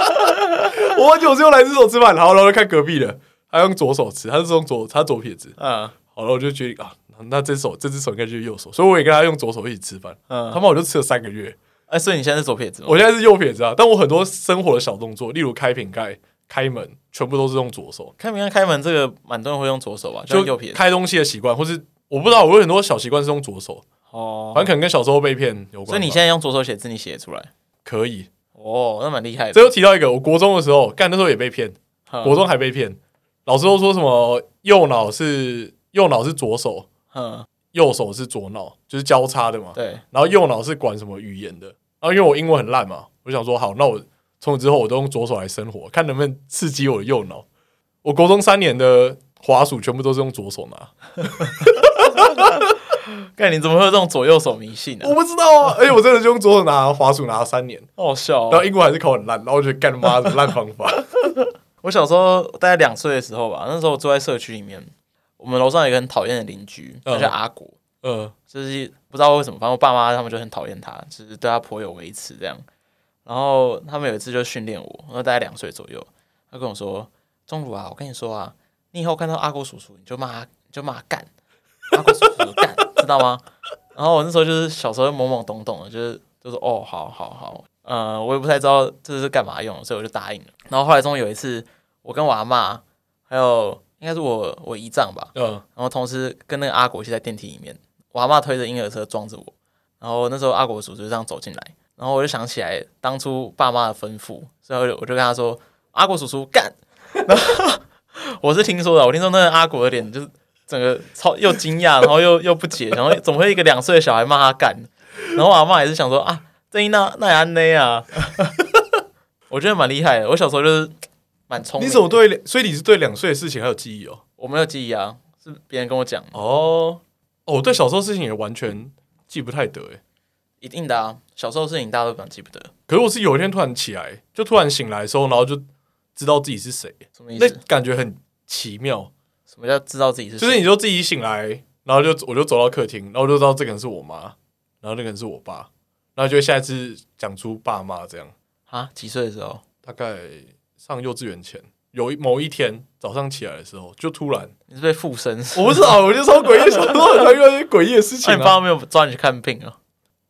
[SPEAKER 1] 我忘记我是用哪一只手吃饭。好，然后就看隔壁的，他用左手吃，他是用左，他左撇子。
[SPEAKER 2] 嗯
[SPEAKER 1] 好了，我就决定啊，那这手这只手应该就是右手，所以我也跟他用左手一起吃饭。他
[SPEAKER 2] 嗯，
[SPEAKER 1] 妈，我就吃了三个月。
[SPEAKER 2] 哎、所以你现在是左撇子吗？
[SPEAKER 1] 我现在是右撇子啊，但我很多生活的小动作，例如开瓶盖、开门，全部都是用左手。
[SPEAKER 2] 开明开门这个，蛮多人会用左手吧，就
[SPEAKER 1] 就
[SPEAKER 2] 像右撇子。
[SPEAKER 1] 开东西的习惯，或是我不知道，我有很多小习惯是用左手，
[SPEAKER 2] 哦
[SPEAKER 1] 反正可能跟小时候被骗有关吧。
[SPEAKER 2] 所以你现在用左手写字，你写得出来？
[SPEAKER 1] 可以？
[SPEAKER 2] 哦，那蛮厉害
[SPEAKER 1] 这
[SPEAKER 2] 的。
[SPEAKER 1] 又提到一个，我国中的时候，干那时候也被骗。
[SPEAKER 2] 嗯
[SPEAKER 1] 国中还被骗，老师都说什么右脑是右脑是左手，
[SPEAKER 2] 嗯，
[SPEAKER 1] 右手是左脑，就是交叉的嘛。
[SPEAKER 2] 对，
[SPEAKER 1] 然后右脑是管什么语言的。然后因为我英文很烂嘛，我想说好，那我从此之后我都用左手来生活，看能不能刺激我的右脑。我国中三年的滑鼠全部都是用左手拿，
[SPEAKER 2] 盖你怎么会有这种左右手迷信呢、
[SPEAKER 1] 我不知道啊，而且我真的就用左手拿滑鼠拿了三年，
[SPEAKER 2] 好好笑、哦
[SPEAKER 1] 然后英文还是考很烂，然后我觉得干他妈的烂方法。
[SPEAKER 2] 我小时候大概两岁的时候吧，那时候我住在社区里面，我们楼上有一个很讨厌的邻居，
[SPEAKER 1] 嗯
[SPEAKER 2] 他叫阿果，
[SPEAKER 1] (laughs) 嗯，
[SPEAKER 2] 就是不知道为什么，反正我爸妈他们就很讨厌他，就是对他颇有微词这样。然后他们有一次就训练我，那大概两岁左右，他跟我说：“钟如啊，我跟你说啊，你以后看到阿果叔叔，你就骂他，你就骂他干，阿果叔叔干，知道吗？”然后我那时候就是小时候懵懵懂懂的，就是就是哦，好好好，呃，我也不太知道这是干嘛用的，所以我就答应了。然后后来终于有一次，我跟我阿妈，还有应该是我我姨丈吧，
[SPEAKER 1] 嗯，
[SPEAKER 2] 然后同时跟那个阿果是在电梯里面，我阿妈推着婴儿车撞着我，然后那时候阿果叔叔就这样走进来，然后我就想起来当初爸妈的吩咐，所以我就我就跟他说：“阿果叔叔干！” (laughs) 然后我是听说的，我听说那个阿果的脸就是整个超又惊讶，然后又又不解，然后怎么会一个两岁的小孩骂他干？然后我阿妈也是想说啊，这一那那也安内啊， (laughs) 我觉得蛮厉害的。我小时候就是蛮聪
[SPEAKER 1] 你
[SPEAKER 2] 明的，
[SPEAKER 1] 怎么对？所以你是对两岁的事情还有记忆哦？
[SPEAKER 2] 我没有记忆啊，是别人跟我讲，
[SPEAKER 1] 哦哦，我对小时候事情也完全记不太得诶。
[SPEAKER 2] 一定的啊。小时候事情大家都本来记不得，
[SPEAKER 1] 可是我是有一天突然起来，就突然醒来的时候，然后就知道自己是谁，
[SPEAKER 2] 什么意
[SPEAKER 1] 那
[SPEAKER 2] 思？
[SPEAKER 1] 感觉很奇妙。
[SPEAKER 2] 什么叫知道自己是谁？
[SPEAKER 1] 就是你就自己醒来，然后就我就走到客厅，然后我就知道这个人是我妈，然后那个人是我爸，然后就会下一次讲出爸妈这样。
[SPEAKER 2] 啊，几岁的时候？
[SPEAKER 1] 大概上幼稚园前，有一某一天早上起来的时候，就突然
[SPEAKER 2] 你是被附身？
[SPEAKER 1] (laughs) 我不知道，我就超诡异，想说很多遇到一些诡异的事情、
[SPEAKER 2] 那你
[SPEAKER 1] 啊。
[SPEAKER 2] 爸没有抓你去看病啊？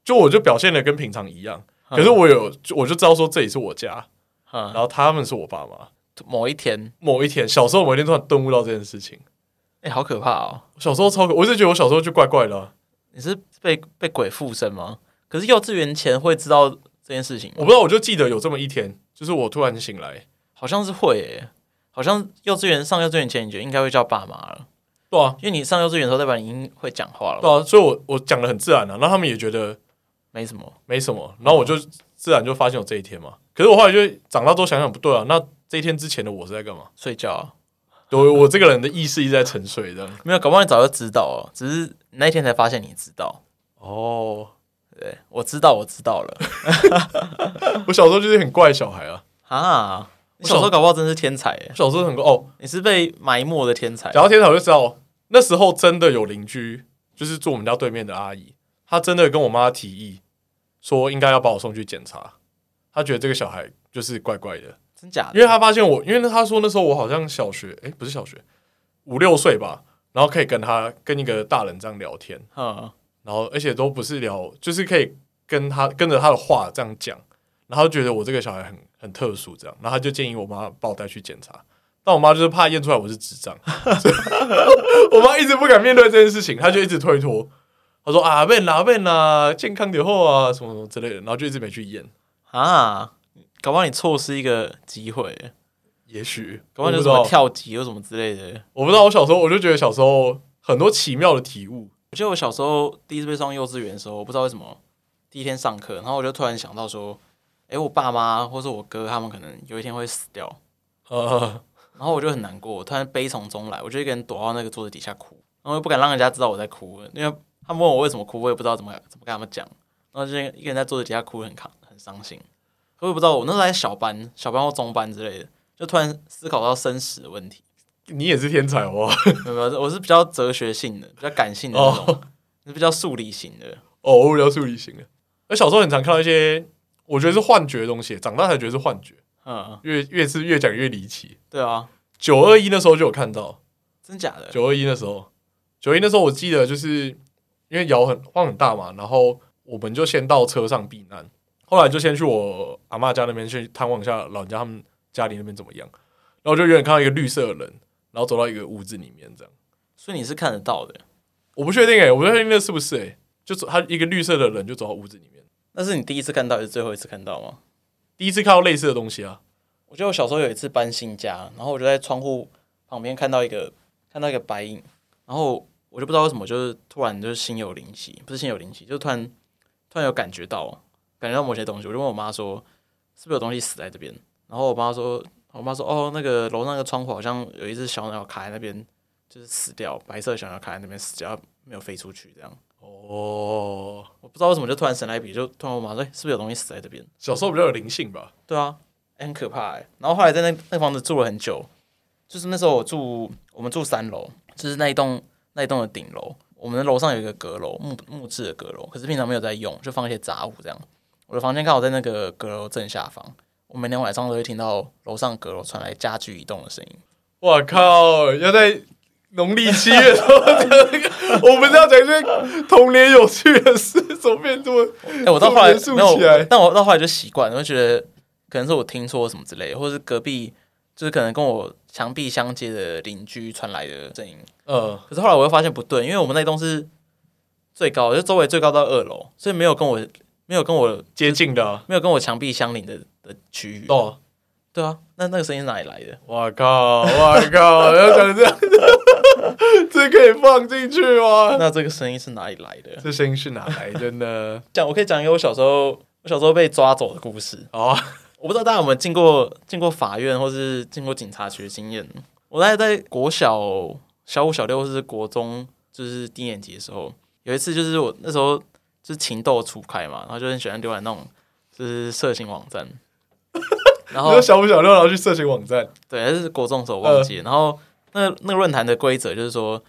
[SPEAKER 1] 就我就表现的跟平常一样，
[SPEAKER 2] 嗯
[SPEAKER 1] 可是我有就我就知道说这里是我家，然
[SPEAKER 2] 啊，
[SPEAKER 1] 后他们是我爸妈。
[SPEAKER 2] 某一天，
[SPEAKER 1] 某一天，小时候某一天突然顿悟到这件事情，
[SPEAKER 2] 哎、好可怕哦！
[SPEAKER 1] 小时候超可，我一直觉得我小时候就怪怪的啊、
[SPEAKER 2] 你是被被鬼附身吗？可是幼稚园前会知道这件事情
[SPEAKER 1] 我
[SPEAKER 2] 吗，
[SPEAKER 1] 不知道，我就记得有这么一天，就是我突然醒来，
[SPEAKER 2] 好像是会、耶，好像幼稚园上幼稚园前你就应该会叫爸妈了，
[SPEAKER 1] 对啊，
[SPEAKER 2] 因为你上幼稚园的时候代表你已经会讲话了
[SPEAKER 1] 对
[SPEAKER 2] 嘛，
[SPEAKER 1] 啊，所以我我讲的很自然啊，然后他们也觉得
[SPEAKER 2] 没什么。
[SPEAKER 1] 没什么，然后我就自然就发现有这一天嘛。可是我后来就长大之后想想不对啊，那这一天之前的我是在干嘛？
[SPEAKER 2] 睡觉、啊、
[SPEAKER 1] 对我我这个人的意识一直在沉睡这样。
[SPEAKER 2] 没有，搞不好你早就知道哦，只是你那一天才发现你知道。
[SPEAKER 1] 哦，
[SPEAKER 2] 对，我知道，我知道了
[SPEAKER 1] (laughs) 我小时候就是很怪的小孩啊，
[SPEAKER 2] 啊！你
[SPEAKER 1] 我
[SPEAKER 2] 小
[SPEAKER 1] 小
[SPEAKER 2] 时候搞不好真是天才耶，
[SPEAKER 1] 小时候很怪哦，
[SPEAKER 2] 你是被埋没的天才。
[SPEAKER 1] 讲到天才，我就知道那时候真的有邻居，就是住我们家对面的阿姨，她真的跟我妈提议说应该要把我送去检查，她觉得这个小孩就是怪怪的，
[SPEAKER 2] 真假的？
[SPEAKER 1] 因为她发现我，因为她说那时候我好像小学，诶、不是小学，五六岁吧，然后可以跟她跟一个大人这样聊天，
[SPEAKER 2] 嗯，
[SPEAKER 1] 然后而且都不是聊，就是可以跟她跟着她的话这样讲，然后她觉得我这个小孩很很特殊这样，然后她就建议我妈把我带去检查。但我妈就是怕验出来我是智障，我妈一直不敢面对这件事情，她就一直推脱。她说啊，笨啦笨啦，健康点后啊，什么什么之类的，然后就一直没去验。
[SPEAKER 2] 啊，搞不好你错失一个机会耶，
[SPEAKER 1] 也许，
[SPEAKER 2] 搞不好
[SPEAKER 1] 我
[SPEAKER 2] 你
[SPEAKER 1] 不知
[SPEAKER 2] 有什么
[SPEAKER 1] 道，
[SPEAKER 2] 跳级或什么之类的。
[SPEAKER 1] 我不知道。我小时候我就觉得小时候很多奇妙的体悟，
[SPEAKER 2] 我记得我小时候第一次被送幼稚园的时候，我不知道为什么第一天上课，然后我就突然想到说，诶，我爸妈或是我哥他们可能有一天会死掉，
[SPEAKER 1] 呃，
[SPEAKER 2] 然后我就很难过，我突然悲从中来，我就一个人躲到那个桌子底下哭，然后又不敢让人家知道我在哭，因为他们问我为什么哭，我也不知道怎么怎么跟他们讲，然后就一个人在桌子底下哭，很扛，很伤心。我也不知道，我那时候还小班、小班或中班之类的，就突然思考到生死的问题。
[SPEAKER 1] 你也是天才好不好？
[SPEAKER 2] 没有，没有我是比较哲学性的，比较感性的那种，是比较数理型的。
[SPEAKER 1] 哦，我无聊处理型的。而小时候很常看到一些我觉得是幻觉的东西，长大才觉得是幻觉，
[SPEAKER 2] 嗯，
[SPEAKER 1] 越越是越讲越离奇。
[SPEAKER 2] 对啊，
[SPEAKER 1] 九二一那时候就有看到，
[SPEAKER 2] 真假的？
[SPEAKER 1] 九二一那时候，九一那时候我记得就是因为摇很晃很大嘛，然后我们就先到车上避难，后来就先去我阿嬷家那边去探望一下老人家他们家里那边怎么样，然后就远远看到一个绿色的人，然后走到一个屋子里面这样，
[SPEAKER 2] 所以你是看得到的，
[SPEAKER 1] 我不确定诶、欸我不确定那是不是诶、就走他一个绿色的人就走到屋子里面，
[SPEAKER 2] 那是你第一次看到，也是最后一次看到吗？
[SPEAKER 1] 第一次看到类似的东西啊，
[SPEAKER 2] 我记得我小时候有一次搬新家，然后我就在窗户旁边看到一个看到一个白影，然后我就不知道为什么，就是突然就是心有灵犀，不是心有灵犀，就是突然突然有感觉到感觉到某些东西，我就问我妈说是不是有东西死在这边，然后我妈说我妈说哦那个楼上那个窗户好像有一只小鸟卡在那边，就是死掉，白色的小鸟卡在那边死掉，没有飞出去这样。
[SPEAKER 1] 哦，
[SPEAKER 2] 我不知道为什么就突然神来一笔，就突然问我妈说、哎是不是有东西死在这边？
[SPEAKER 1] 小时候比较有灵性吧，
[SPEAKER 2] 对啊，欸很可怕哎、然后后来在那那房子住了很久，就是那时候我住我们住三楼，就是那一栋那一栋的顶楼，我们的楼上有一个阁楼，木木质的阁楼，可是平常没有在用，就放一些杂物这样。我的房间刚好在那个阁楼正下方，我每天晚上都会听到楼上阁楼传来家具移动的声音。
[SPEAKER 1] 我靠，要在农历七月的时候讲这个，我们是要讲一些童年有趣的事，怎么变这么？
[SPEAKER 2] 哎、我到后
[SPEAKER 1] (laughs)
[SPEAKER 2] 来
[SPEAKER 1] 这么严
[SPEAKER 2] 没
[SPEAKER 1] 肃起来
[SPEAKER 2] 有，但我到后来就习惯了，我就觉得可能是我听说什么之类的，或者是隔壁就是可能跟我墙壁相接的邻居传来的声音。
[SPEAKER 1] 呃，
[SPEAKER 2] 可是后来我又发现不对，因为我们那栋是最高的，就周围最高到二楼，所以没有跟我没有跟我
[SPEAKER 1] 接近的啊
[SPEAKER 2] 没有跟我墙壁相邻的的区域。
[SPEAKER 1] 哦，
[SPEAKER 2] 对啊，那那个声音是哪里来的？
[SPEAKER 1] 我靠，我靠，要讲这样，这可以放进去吗？
[SPEAKER 2] 那这个声音是哪里来的？
[SPEAKER 1] 这声音是哪来的呢？
[SPEAKER 2] 讲我可以讲一个我小时候我小时候被抓走的故事。
[SPEAKER 1] 哦，
[SPEAKER 2] 我不知道大家有没有进过进过法院或是进过警察局的经验。我大概在国小小五、小六或是国中，就是低年级的时候，有一次就是我那时候就是情窦初开嘛，然后就很喜欢浏览那种就是色情网站，然
[SPEAKER 1] 你
[SPEAKER 2] 后
[SPEAKER 1] 说小五小六，然后去色情网站，
[SPEAKER 2] 对，还是国中的时候忘记了。然后那那个论坛的规则就是说，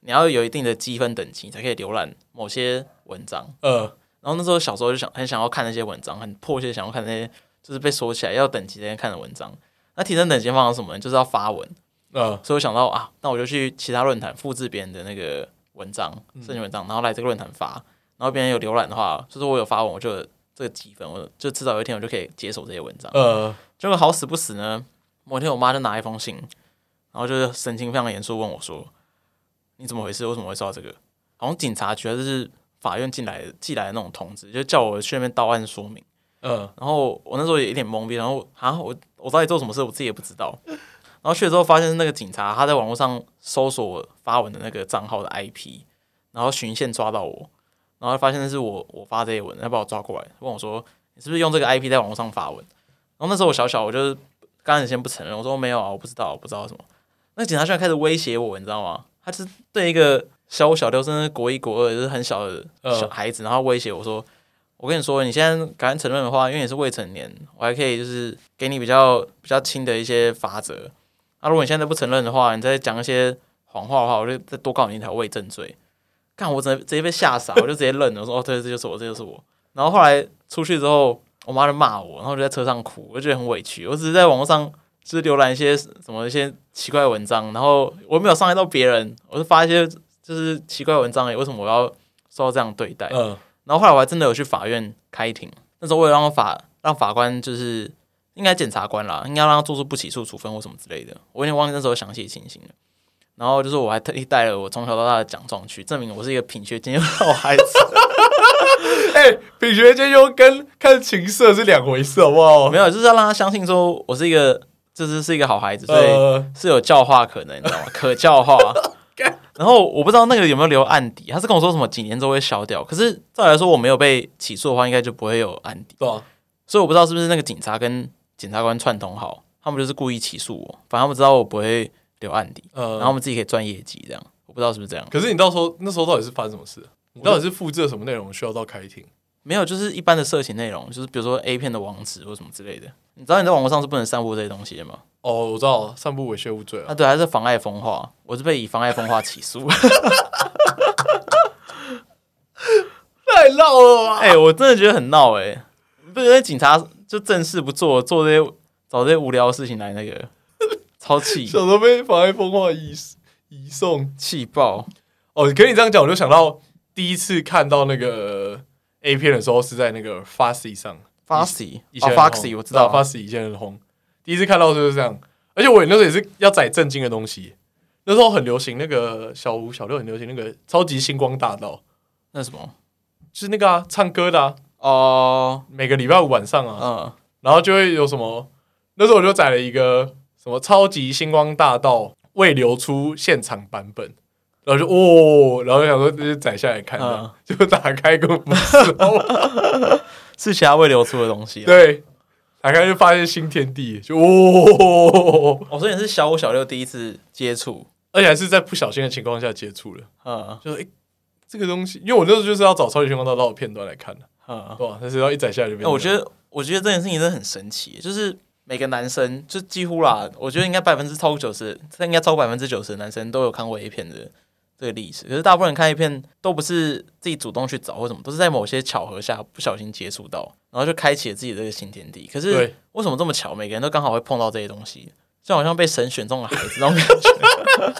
[SPEAKER 2] 你要有一定的积分等级才可以浏览某些文章。
[SPEAKER 1] 呃，
[SPEAKER 2] 然后那时候小时候就想很想要看那些文章，很迫切想要看那些就是被锁起来要等级才能看的文章。那提升等级的方法是什么呢？就是要发文。
[SPEAKER 1] 呃，
[SPEAKER 2] 所以我想到啊，那我就去其他论坛复制别人的那个文章，社群文章，然后来这个论坛发。然后别人有浏览的话，就是我有发文，我就有这个积分，我就至少有一天我就可以解锁这些文章。
[SPEAKER 1] 呃，
[SPEAKER 2] 结果好死不死呢，某天我妈就拿一封信，然后就是神情非常严肃地问我说：“你怎么回事？为什么会收到这个？好像警察局还是法院进来寄来的那种通知，就叫我去那边到案说明。”
[SPEAKER 1] 呃，
[SPEAKER 2] 然后我那时候也一脸懵逼，然后啊，我我到底做什么事，我自己也不知道。然后去了之后，发现那个警察他在网络上搜索我发文的那个账号的 IP，然后循线抓到我，然后发现是我我发这些文，他把我抓过来，问我说你是不是用这个 IP 在网络上发文？然后那时候我小小，我就是刚开始先不承认，我说没有啊，我不知道，我不知道什么。那警察居然开始威胁我，你知道吗？他就是对一个小五小六，甚至国一国二，就是很小的小孩子，然后威胁我说：“我跟你说，你现在敢承认的话，因为你是未成年，我还可以就是给你比较比较轻的一些罚则。啊那、如果你现在不承认的话，你再讲一些谎话的话，我就再多告你一条伪证罪。”干，我直接直接被吓傻，我就直接愣了，我说：“哦，对，这就是我，这就是我。”然后后来出去之后，我妈就骂我，然后我就在车上哭，我就觉得很委屈。我只是在网络上就是浏览一些什么一些奇怪的文章，然后我没有伤害到别人，我就发一些就是奇怪的文章而已。为什么我要受到这样对待？
[SPEAKER 1] 呃，
[SPEAKER 2] 然后后来我还真的有去法院开庭，那时候为了让法让法官就是应该检察官啦，应该让他做出不起诉处分或什么之类的，我有点忘记那时候详细的情形了。然后就是我还特意带了我从小到大的奖状去，证明我是一个品学兼优的好孩子。
[SPEAKER 1] 哎、品学兼优跟看情色是两回事，好不好？
[SPEAKER 2] 哦没有，就是要让他相信说我是一个，就是是一个好孩子，所以
[SPEAKER 1] 呃，
[SPEAKER 2] 是有教化可能，你知道吗？可
[SPEAKER 1] (laughs)
[SPEAKER 2] 教化。然后我不知道那个有没有留案底，他是跟我说什么几年之后会消掉，可是照理来说我没有被起诉的话，应该就不会有案底，
[SPEAKER 1] 对啊，
[SPEAKER 2] 所以我不知道是不是那个警察跟检察官串通好，他们就是故意起诉我，反正他们知道我不会留案底，
[SPEAKER 1] 呃，
[SPEAKER 2] 然后我们自己可以赚业绩这样，我不知道是不是这样。
[SPEAKER 1] 可是你到时候那时候到底是发生什么事？你到底是复制了什么内容需要到开庭？
[SPEAKER 2] 没有，就是一般的色情内容，就是比如说 A 片的网址或什么之类的。你知道你在网络上是不能散布这些东西的吗？
[SPEAKER 1] 哦，我知道，了，散布猥亵物罪
[SPEAKER 2] 啊， (laughs)
[SPEAKER 1] 啊，
[SPEAKER 2] 对，还是妨碍风化，我是被以妨碍风化
[SPEAKER 1] (laughs)
[SPEAKER 2] 起诉。
[SPEAKER 1] 太闹了吧？
[SPEAKER 2] 哎、我真的觉得很闹哎、不觉得警察就正事不做，做这些找这些无聊的事情来那个，
[SPEAKER 1] (laughs)
[SPEAKER 2] 超气
[SPEAKER 1] 小时候被妨碍风化移移送
[SPEAKER 2] 气爆。
[SPEAKER 1] 哦，可你这样讲，我就想到第一次看到那个 A 片的时候是在那个 Foxy 上，
[SPEAKER 2] Foxy
[SPEAKER 1] 以
[SPEAKER 2] 哦
[SPEAKER 1] 前很红
[SPEAKER 2] ，Foxy 我知道
[SPEAKER 1] 对啊，Foxy 以前很红，第一次看到就是这样，而且我那时候也是要载正经的东西，那时候很流行那个小五小六很流行那个超级星光大道，
[SPEAKER 2] 那什么
[SPEAKER 1] 就是那个啊唱歌的啊，
[SPEAKER 2] 哦，
[SPEAKER 1] 每个礼拜五晚上啊，
[SPEAKER 2] 嗯，
[SPEAKER 1] 然后就会有什么，那时候我就载了一个什么超级星光大道未流出现场版本，然后就哦，然后就想说就载下来看，
[SPEAKER 2] 嗯
[SPEAKER 1] 就打开根本不是，
[SPEAKER 2] (laughs) 是其他未流出的东西啊。
[SPEAKER 1] 对，打开就发现新天地，就哦，
[SPEAKER 2] 我说你是小五小六第一次接触，
[SPEAKER 1] 而且还是在不小心的情况下接触了，
[SPEAKER 2] 嗯
[SPEAKER 1] 就是诶这个东西，因为我那时候就是要找超级星光大道的片段来看的，
[SPEAKER 2] 嗯。
[SPEAKER 1] 对吧？但是要一载下来就变
[SPEAKER 2] 哎，
[SPEAKER 1] 成
[SPEAKER 2] 我
[SPEAKER 1] 这
[SPEAKER 2] 觉
[SPEAKER 1] 样，
[SPEAKER 2] 得我觉得这件事情真的很神奇，就是每个男生就几乎啦，我觉得应该百分之超过九十，这应该超过百分之九十的男生都有看过 A 片的这个历史。可是大部分人看 A 片都不是自己主动去找或什么，都是在某些巧合下不小心接触到，然后就开启了自己的这个新天地。可是
[SPEAKER 1] 对
[SPEAKER 2] 为什么这么巧，每个人都刚好会碰到这些东西，就好像被神选中的孩子那种感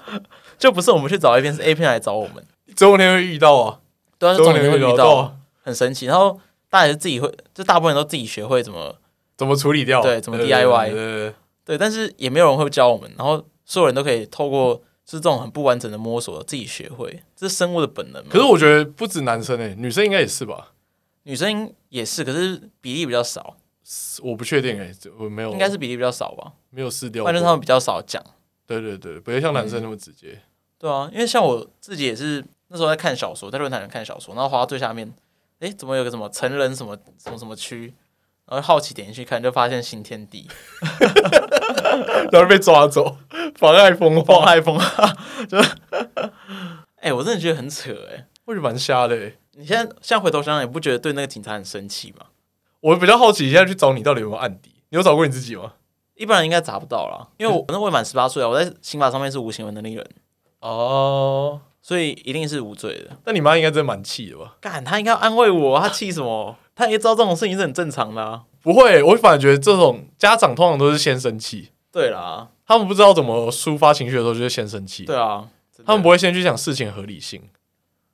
[SPEAKER 2] 觉， (laughs) 就不是我们去找 A 片，是 A 片来找我们。
[SPEAKER 1] 总有一天会遇到啊，
[SPEAKER 2] 对啊，就
[SPEAKER 1] 总
[SPEAKER 2] 总
[SPEAKER 1] 有一
[SPEAKER 2] 有一
[SPEAKER 1] 天
[SPEAKER 2] 天
[SPEAKER 1] 会
[SPEAKER 2] 会
[SPEAKER 1] 遇
[SPEAKER 2] 遇
[SPEAKER 1] 到
[SPEAKER 2] 到，
[SPEAKER 1] 啊，
[SPEAKER 2] 很神奇。然后大家也是自己会，就大部分人都自己学会怎么。
[SPEAKER 1] 怎么处理掉？
[SPEAKER 2] 对怎么
[SPEAKER 1] 呃
[SPEAKER 2] DIY
[SPEAKER 1] 呃
[SPEAKER 2] 对，但是也没有人会教我们，然后所有人都可以透过就是这种很不完整的摸索自己学会，这是生物的本能嘛。
[SPEAKER 1] 可是我觉得不止男生诶、欸女生应该也是吧？
[SPEAKER 2] 女生也是，可是比例比较少，
[SPEAKER 1] 我不确定诶、这我没有，
[SPEAKER 2] 应该是比例比较少吧，
[SPEAKER 1] 没有试掉过。
[SPEAKER 2] 反正他们比较少讲。
[SPEAKER 1] 对对对，不会像男生那么直接。 (laughs)
[SPEAKER 2] 对啊，因为像我自己也是那时候在看小说，在论坛上看小说，然后滑到最下面，诶，怎么有个什么成人什么什么什么区？然后好奇点进去看，就发现新天地，
[SPEAKER 1] 然后被抓走，妨碍风
[SPEAKER 2] 妨
[SPEAKER 1] 化，
[SPEAKER 2] 害风化，就哎、我真的觉得很扯哎、
[SPEAKER 1] 我觉得蛮瞎的、欸。
[SPEAKER 2] 你现在现在回头想想，也不觉得对那个警察很生气吗？
[SPEAKER 1] 我比较好奇，现在去找你到底有没有案底？你有找过你自己吗？
[SPEAKER 2] 一般人应该查不到啦，因为我反正未满十八岁啊，我在刑法上面是无行为能力人，
[SPEAKER 1] 哦，
[SPEAKER 2] 所以一定是无罪的。
[SPEAKER 1] 那你妈应该真的蛮气的吧？
[SPEAKER 2] 干，他应该要安慰我，他气什么？ (laughs) 他也知道这种事情是很正常的、啊。
[SPEAKER 1] 不会、我反而觉得这种家长通常都是先生气，
[SPEAKER 2] 对啦，
[SPEAKER 1] 他们不知道怎么抒发情绪的时候就是先生气，
[SPEAKER 2] 对啊，真的
[SPEAKER 1] 他们不会先去想事情的合理性。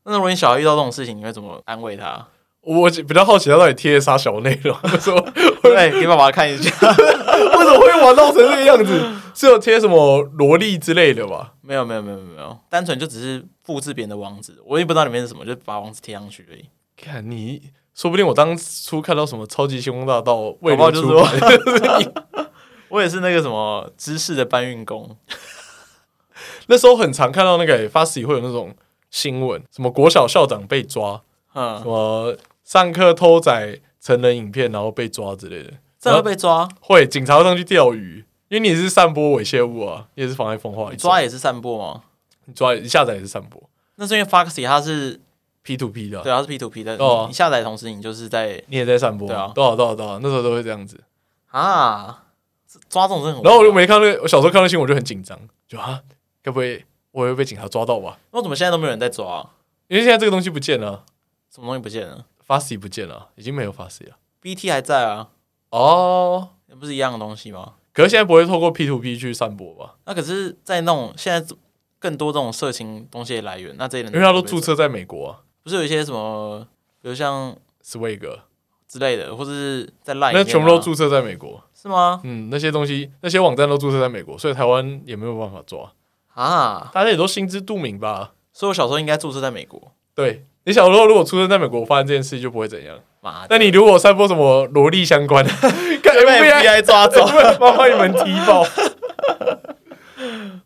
[SPEAKER 2] 那如果你小孩遇到这种事情，你会怎么安慰他？
[SPEAKER 1] 我比较好奇他到底贴啥小内容， (laughs) 说
[SPEAKER 2] (laughs) 对，给爸爸看一 (laughs) 下。
[SPEAKER 1] 为什么会玩闹成这个样子？ (laughs) 是有贴什么萝莉之类的吧？
[SPEAKER 2] 没有没有没有没有没有，单纯就只是复制别人的网址，我也不知道里面是什么，就把网址贴上去而已。
[SPEAKER 1] 看你，说不定我当初看到什么超级星光大道，为
[SPEAKER 2] 搞不好
[SPEAKER 1] 了
[SPEAKER 2] 就是
[SPEAKER 1] 出版，
[SPEAKER 2] 我也是那个什么知识的搬运工，
[SPEAKER 1] (laughs) 那时候很常看到那个、欸、Fast 会有那种新闻，什么国小校长被抓，什
[SPEAKER 2] 嗯，
[SPEAKER 1] 么上课偷载成人影片然后被抓之类的，
[SPEAKER 2] 这样会被抓，
[SPEAKER 1] 会警察会上去钓鱼，因为你是散播猥亵物啊，你也是妨碍风化，
[SPEAKER 2] 你抓也是散播嘛。
[SPEAKER 1] 你抓一下载也是散播
[SPEAKER 2] 那是因为 Foxy 它是
[SPEAKER 1] P to P 的啊、
[SPEAKER 2] 对，它是 P to P 的，
[SPEAKER 1] 哦
[SPEAKER 2] 你你下载的同时你就是在
[SPEAKER 1] 你也在散播，
[SPEAKER 2] 对啊
[SPEAKER 1] 多少多少多少，那时候都会这样子。
[SPEAKER 2] 啊抓这种人很无聊。
[SPEAKER 1] 然后我就没看那个，我小时候看到新闻我就很紧张，就啊，该不会我会被警察抓到吧？
[SPEAKER 2] 那为什么现在都没有人在抓啊、
[SPEAKER 1] 因为现在这个东西不见了
[SPEAKER 2] 什么东西不见了
[SPEAKER 1] ，Fast 不见了，已经没有 Fast 了。
[SPEAKER 2] ？BT 还在啊，
[SPEAKER 1] 哦，
[SPEAKER 2] 那不是一样的东西吗？
[SPEAKER 1] 可是现在不会透过 P to P 去散播吧？
[SPEAKER 2] 那可是，在那种现在更多这种色情东西的来源，那这些人
[SPEAKER 1] 因为他都注，册在美国、啊、
[SPEAKER 2] 不是有一些什么，比如像
[SPEAKER 1] Swag，
[SPEAKER 2] 之类的，或者是在
[SPEAKER 1] 那
[SPEAKER 2] Line 里面啊
[SPEAKER 1] 全部都注册在美国。
[SPEAKER 2] 是吗？
[SPEAKER 1] 嗯，那些东西那些网站都注册在美国，所以台湾也没有办法抓。
[SPEAKER 2] 啊，
[SPEAKER 1] 大家也都心知肚明吧？
[SPEAKER 2] 所以我小时候应该注册在美国。
[SPEAKER 1] 对你小时候如果出生在美国，发生这件事就不会怎样。
[SPEAKER 2] 妈的，
[SPEAKER 1] 那你如果散播什么萝莉相关的， (laughs) 看
[SPEAKER 2] 被
[SPEAKER 1] FBI
[SPEAKER 2] FBI 抓
[SPEAKER 1] (laughs)
[SPEAKER 2] 走，
[SPEAKER 1] 会把把你们踢爆。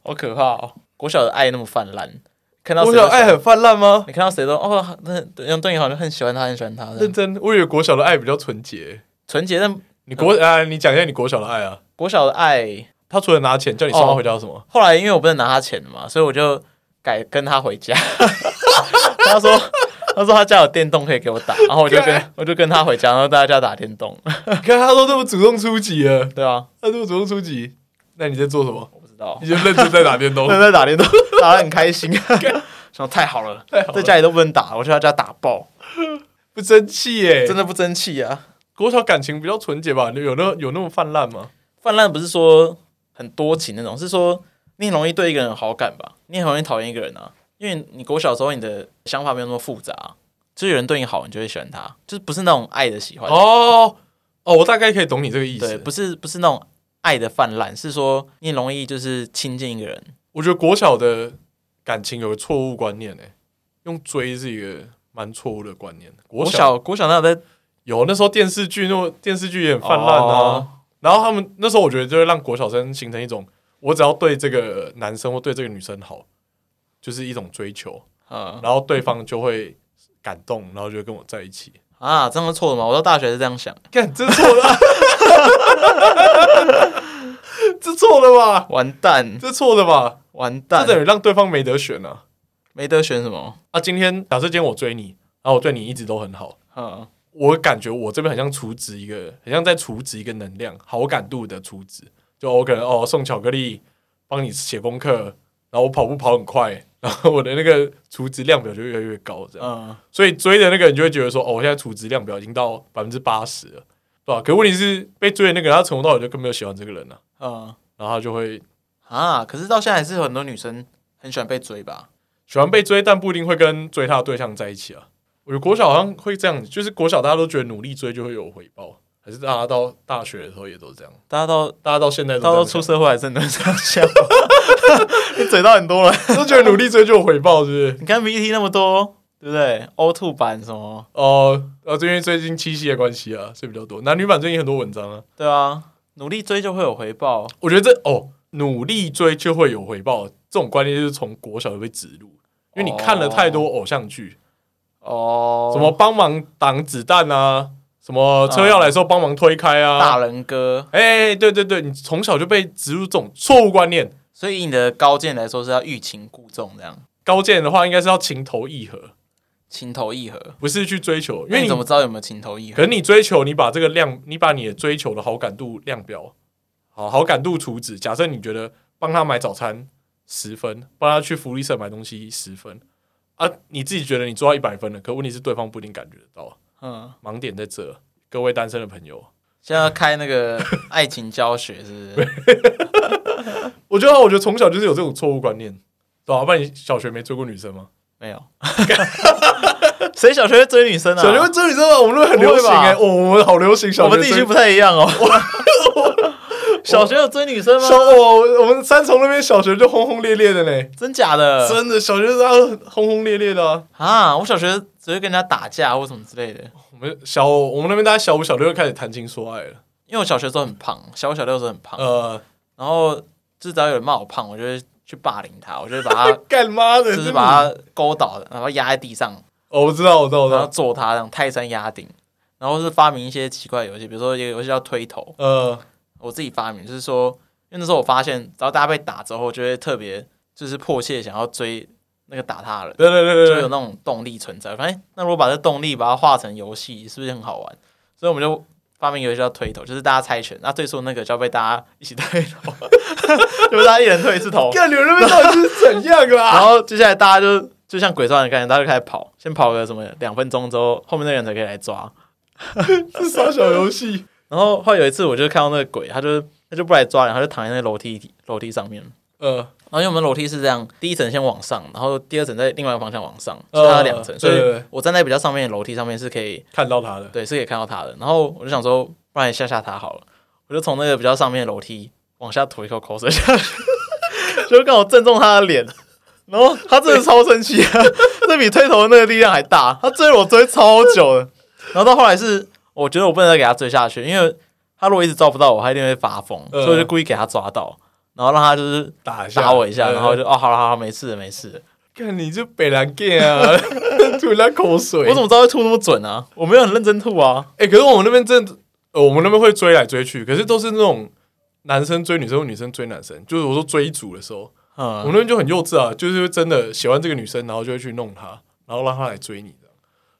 [SPEAKER 2] 好可怕哦！国小的爱那么泛滥，看到谁
[SPEAKER 1] 我
[SPEAKER 2] 都
[SPEAKER 1] 小爱很泛滥吗？
[SPEAKER 2] (laughs) 你看到谁都哦，那杨对你好像很喜欢他，很喜欢他，
[SPEAKER 1] 认真，我以为国小的爱比较纯洁。
[SPEAKER 2] 纯洁。但
[SPEAKER 1] 你国、
[SPEAKER 2] 嗯
[SPEAKER 1] 啊，你讲一下你国小的爱啊。
[SPEAKER 2] 国小的爱，
[SPEAKER 1] 他除了拿钱叫你送
[SPEAKER 2] 哦
[SPEAKER 1] 他回家有什么？
[SPEAKER 2] 后来因为我不能拿他钱的嘛，所以我就改跟他回家。 (laughs) 他说。他说他家有电动可以给我打，然后我就跟我就跟他回家，然后大家家打电动，
[SPEAKER 1] (laughs) 你看他都这么主动出击了，
[SPEAKER 2] 对啊，
[SPEAKER 1] 他这么主动出击，那你在做什么？
[SPEAKER 2] 我不知道，
[SPEAKER 1] 你就认真在打电
[SPEAKER 2] (laughs)
[SPEAKER 1] 动。
[SPEAKER 2] 正在打电动，打得很开 (laughs) 心，想太好了，
[SPEAKER 1] 太好了
[SPEAKER 2] 在家里都不能打，我去他家打爆，
[SPEAKER 1] 不争气耶、
[SPEAKER 2] 真的不争气啊！
[SPEAKER 1] 国小感情比较纯洁吧？有那有那么泛滥吗？
[SPEAKER 2] 泛滥不是说很多情那种，是说你很容易对一个人有好感吧，你很容易讨厌一个人啊，因为你国小的时候你的想法没有那么复杂，就是有人对你好，你就会喜欢他，就是不是那种爱的喜欢，
[SPEAKER 1] 哦哦，我大概可以懂你这个意
[SPEAKER 2] 对，
[SPEAKER 1] 思。
[SPEAKER 2] 不是不是那种爱的泛滥，是说你很容易就是亲近一个人，
[SPEAKER 1] 我觉得国小的感情有个错误观念诶、用追是一个蛮错误的观念。国
[SPEAKER 2] 国
[SPEAKER 1] 小
[SPEAKER 2] 小国小那有在
[SPEAKER 1] 有那时候电视剧那种电视剧也很泛滥啊。
[SPEAKER 2] 哦
[SPEAKER 1] 然后他们那时候，我觉得就会让国小生形成一种，我只要对这个男生或对这个女生好，就是一种追求，
[SPEAKER 2] 嗯
[SPEAKER 1] 然后对方就会感动，然后就会跟我在一起。
[SPEAKER 2] 啊，这样是错的吗？我到大学是这样想，
[SPEAKER 1] 干，这错了， (laughs) 这错了吧？
[SPEAKER 2] 完蛋
[SPEAKER 1] 这错了吧？
[SPEAKER 2] 完蛋
[SPEAKER 1] 这，等于让对方没得选啊！
[SPEAKER 2] 没得选什么？
[SPEAKER 1] 啊，今天假设今天我追你，然后我对你一直都很好，
[SPEAKER 2] 嗯，
[SPEAKER 1] 我感觉我这边很像储值一个，很像在储值一个能量，好感度的储值。就我可能哦送巧克力，帮你写功课，然后我跑步跑很快， (laughs) 然后我的那个储值量表就越来越高，这样。
[SPEAKER 2] 嗯，
[SPEAKER 1] 所以追的那个人就会觉得说，哦，我现在储值量表已经到百分之八十了，对吧、可问题是被追的那个人，他从头到尾就根本没有喜欢这个人啊，
[SPEAKER 2] 嗯
[SPEAKER 1] 然后他就会呃
[SPEAKER 2] 啊，可是到现在还是有很多女生很喜欢被追吧？
[SPEAKER 1] 喜欢被追，但不一定会跟追他的对象在一起啊。我觉得国小好像会这样，就是国小大家都觉得努力追就会有回报，还是大家到大学的时候也都这样。
[SPEAKER 2] 大家都
[SPEAKER 1] 大家到现在都
[SPEAKER 2] 大家都
[SPEAKER 1] 这
[SPEAKER 2] 出
[SPEAKER 1] 样
[SPEAKER 2] 社会还真的这样想， (laughs) 你嘴到很多了。
[SPEAKER 1] 想都觉得努力追就有回报，是不是？
[SPEAKER 2] 你看 VT 那么多，对不对？O Two 版什么？
[SPEAKER 1] 哦、呃，最近最近七夕的关系啊，所以比较多。男女版最近很多文章啊，
[SPEAKER 2] 对啊，努力追就会有回报。
[SPEAKER 1] 我觉得这哦，努力追就会有回报，这种观念就是从国小就被植入，因为你看了太多偶像剧，
[SPEAKER 2] 哦，
[SPEAKER 1] 什么帮忙挡子弹啊，什么车要来的时候帮忙推开啊，
[SPEAKER 2] 大人哥？
[SPEAKER 1] 哎、对对对，你从小就被植入这种错误观念，
[SPEAKER 2] 所以以你的高见来说是要欲擒故纵这样，
[SPEAKER 1] 高见的话，应该是要情投意合，情
[SPEAKER 2] 情投意合。
[SPEAKER 1] 不是去追求，因
[SPEAKER 2] 那
[SPEAKER 1] 为
[SPEAKER 2] 你
[SPEAKER 1] 你
[SPEAKER 2] 怎么知道有没有情投意
[SPEAKER 1] 可
[SPEAKER 2] 合
[SPEAKER 1] 是？你追求，你把这个量，你把你的追求的好感度量表，好好感度除值。假设你觉得帮他买早餐十分，帮他去福利社买东西十分，啊，你自己觉得你做到一百分了，可问题是对方不一定感觉得到，
[SPEAKER 2] 嗯，
[SPEAKER 1] 盲点在这。各位单身的朋友，
[SPEAKER 2] 现在要开
[SPEAKER 1] (laughs)
[SPEAKER 2] 那个爱情教学是不是？
[SPEAKER 1] 我觉得啊我觉得从小就是有这种错误观念，对吧、不然你小学没追过女生吗？
[SPEAKER 2] (laughs) 没有， (laughs) 谁小学会追女生啊？
[SPEAKER 1] 小学会追女生吗？我们都很流行哎、
[SPEAKER 2] 不
[SPEAKER 1] 哦，我们好流行小
[SPEAKER 2] 我
[SPEAKER 1] 学
[SPEAKER 2] 们
[SPEAKER 1] 追。
[SPEAKER 2] 地区不太一样哦。 (laughs) 小学有追女生
[SPEAKER 1] 小哦
[SPEAKER 2] 吗？
[SPEAKER 1] 我我们三重那边小学就轰轰烈烈的呢，
[SPEAKER 2] 真假的
[SPEAKER 1] 真的小学生轰轰烈烈的、啊。
[SPEAKER 2] 啊？我小学只会跟人家打架或什么之类的，
[SPEAKER 1] 我们小我们那边大概小五小六就开始谈情说爱了。
[SPEAKER 2] 因为我小学的时候很胖，小五小六的时候很胖，
[SPEAKER 1] 呃，
[SPEAKER 2] 然后就只要有人骂我胖，我就会去霸凌他，我就会把他
[SPEAKER 1] 呃干妈的，
[SPEAKER 2] 就是把他勾倒，然后压在地上，
[SPEAKER 1] 哦，我知道，我知道，我知
[SPEAKER 2] 然后
[SPEAKER 1] 道。
[SPEAKER 2] 揍他，这样泰山压顶，然后是发明一些奇怪的游戏，比如说一个游戏叫推头，
[SPEAKER 1] 呃，
[SPEAKER 2] 我自己发明，就是说，因为那时候我发现，只要大家被打之后，就会特别就是迫切想要追那个打他的人，
[SPEAKER 1] 对对对
[SPEAKER 2] 就有
[SPEAKER 1] 对对，
[SPEAKER 2] 那种动力存在。反正那如果把这动力把它化成游戏，是不是很好玩？所以我们就发明一个游戏叫推头，就是大家猜拳，那最输的那个就要被大家一起推 (laughs) 头，就是大家一人推一次头，
[SPEAKER 1] 干你们那边到底是怎样啊
[SPEAKER 2] 然 (laughs)
[SPEAKER 1] 啦？
[SPEAKER 2] 后接下来大家就就像鬼抓人的概念，大家就开始跑，先跑个什么两分钟之后，后面那个人才可以来抓。
[SPEAKER 1] 是啥小游戏？
[SPEAKER 2] 然后后来有一次，我就看到那个鬼，他就他就不来抓人，他就躺在那个楼梯楼梯上面。
[SPEAKER 1] 呃，
[SPEAKER 2] 然后因为我们楼梯是这样，第一层先往上，然后第二层在另外一个方向往上，所以它有两层，
[SPEAKER 1] 呃
[SPEAKER 2] 所
[SPEAKER 1] 对对
[SPEAKER 2] 以
[SPEAKER 1] 对
[SPEAKER 2] 我站在比较上面的楼梯上面是可以，
[SPEAKER 1] 看到他了，
[SPEAKER 2] 对，是可以看到他的。然后我就想说，不然也吓吓他好了，我就从那个比较上面的楼梯往下吐一口口水下去， (laughs) 就刚好正中他的脸。然后他真的超生气啊， (laughs) 这比推头的那个力量还大，他追我追超久的。然后到后来是，我觉得我不能再给他追下去，因为他如果一直抓不到我，他一定会发疯，
[SPEAKER 1] 呃
[SPEAKER 2] 所以我就故意给他抓到，然后让他就是
[SPEAKER 1] 打一下，
[SPEAKER 2] 打我一下，
[SPEAKER 1] 呃
[SPEAKER 2] 然后就哦，好了好了，没事没事。
[SPEAKER 1] 看你这北兰 gay
[SPEAKER 2] (laughs)
[SPEAKER 1] 啊，吐人家口水。
[SPEAKER 2] 我怎么知道会吐那么准啊？我没有很认真吐啊。
[SPEAKER 1] 哎、可是我们那边真的，呃，我们那边会追来追去，可是都是那种男生追女生，或女生追男生，就是我说追逐的时候，我
[SPEAKER 2] 嗯
[SPEAKER 1] 们，那边就很幼稚啊，就是会真的喜欢这个女生，然后就会去弄她，然后让她来追你这样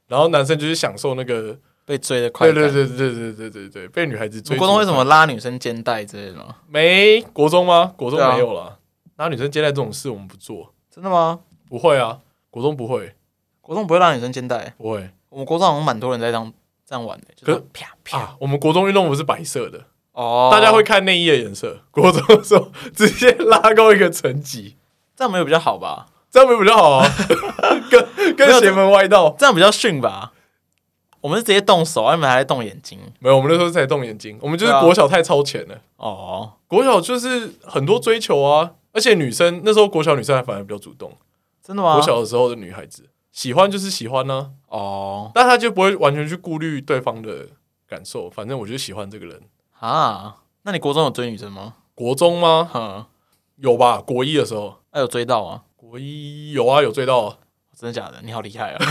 [SPEAKER 1] 然后男生就是享受那个，
[SPEAKER 2] 被追的快
[SPEAKER 1] 对
[SPEAKER 2] 感。
[SPEAKER 1] 对对对对对对对对，被女孩子
[SPEAKER 2] 你
[SPEAKER 1] 追
[SPEAKER 2] 们
[SPEAKER 1] 逐。
[SPEAKER 2] 国中为什么拉女生肩带之类的吗？
[SPEAKER 1] 没国中吗？国中
[SPEAKER 2] 对啊
[SPEAKER 1] 没有啦，拿女生接待这种事我们不做，
[SPEAKER 2] 真的吗？
[SPEAKER 1] 不会啊，国中不会，
[SPEAKER 2] 国中不会拉女生肩带，
[SPEAKER 1] 不会
[SPEAKER 2] 我们国中好像蛮多人在这样这样玩的，就是
[SPEAKER 1] 可
[SPEAKER 2] 啪啪。
[SPEAKER 1] 啊。我们国中运动服是白色的，
[SPEAKER 2] 哦，
[SPEAKER 1] 大家会看内衣的颜色。国中的时候直接拉高一个层级，
[SPEAKER 2] 这样没有比较好吧？
[SPEAKER 1] 这样不比较好
[SPEAKER 2] (laughs)
[SPEAKER 1] 啊？跟
[SPEAKER 2] 没
[SPEAKER 1] 跟
[SPEAKER 2] 有
[SPEAKER 1] 邪门歪道。
[SPEAKER 2] 这样比较逊吧？我们是直接动手，你们还在动眼睛。
[SPEAKER 1] 没有，我们那时候是在动眼睛，我们就是
[SPEAKER 2] 对啊
[SPEAKER 1] 国小太超前了。
[SPEAKER 2] 哦，
[SPEAKER 1] 国小就是很多追求啊，而且女生那时候国小女生还反而比较主动，
[SPEAKER 2] 真的吗？
[SPEAKER 1] 国小的时候的女孩子喜欢就是喜欢呢、
[SPEAKER 2] 哦
[SPEAKER 1] 但她就不会完全去顾虑对方的感受，反正我就喜欢这个人。
[SPEAKER 2] 啊，那你国中有追女生吗？
[SPEAKER 1] 国中吗？
[SPEAKER 2] 哼，
[SPEAKER 1] 有吧？国一的时候，
[SPEAKER 2] 那有追到啊？
[SPEAKER 1] 国一有啊，有追到啊，
[SPEAKER 2] 真的假的？你好厉害啊！ (laughs)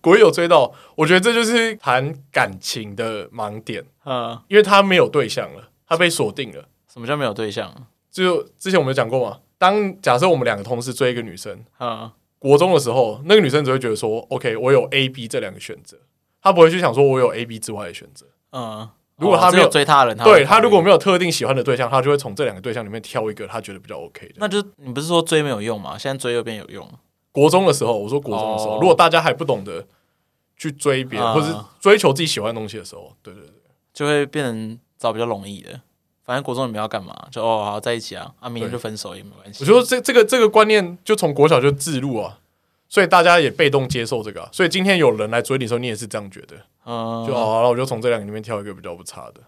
[SPEAKER 1] 国一有追到。我觉得这就是谈感情的盲点，
[SPEAKER 2] 嗯，
[SPEAKER 1] 因为他没有对象了，他被锁定了。
[SPEAKER 2] 什么叫没有对象？
[SPEAKER 1] 就之前我们有讲过嘛，当假设我们两个同时追一个女生，
[SPEAKER 2] 嗯，
[SPEAKER 1] 国中的时候，那个女生只会觉得说，OK，我有 A、B 这两个选择，她不会去想说我有 A、B 之外的选择。
[SPEAKER 2] 嗯，
[SPEAKER 1] 如果他
[SPEAKER 2] 哦只
[SPEAKER 1] 没有
[SPEAKER 2] 有追他的人，
[SPEAKER 1] 对
[SPEAKER 2] 他
[SPEAKER 1] 她
[SPEAKER 2] 会
[SPEAKER 1] 如果没有特定喜欢的对象，她就会从这两个对象里面挑一个她觉得比较 OK 的。
[SPEAKER 2] 那就是你不是说追没有用吗？现在追又变有用，
[SPEAKER 1] 国中的时候，我说国中的时候，
[SPEAKER 2] 哦
[SPEAKER 1] 如果大家还不懂得去追别人、
[SPEAKER 2] 啊
[SPEAKER 1] 或是追求自己喜欢的东西的时候，对对对，
[SPEAKER 2] 就会变成找比较容易的。反正国中你们要干嘛，就哦好在一起啊，啊明天
[SPEAKER 1] 对
[SPEAKER 2] 就分手也没关系。
[SPEAKER 1] 我觉得这这个这个观念就从国小就自入啊，所以大家也被动接受这个、啊。所以今天有人来追你的时候，你也是这样觉得。
[SPEAKER 2] 嗯，
[SPEAKER 1] 就好了，我就从这两个里面挑一个比较不差的。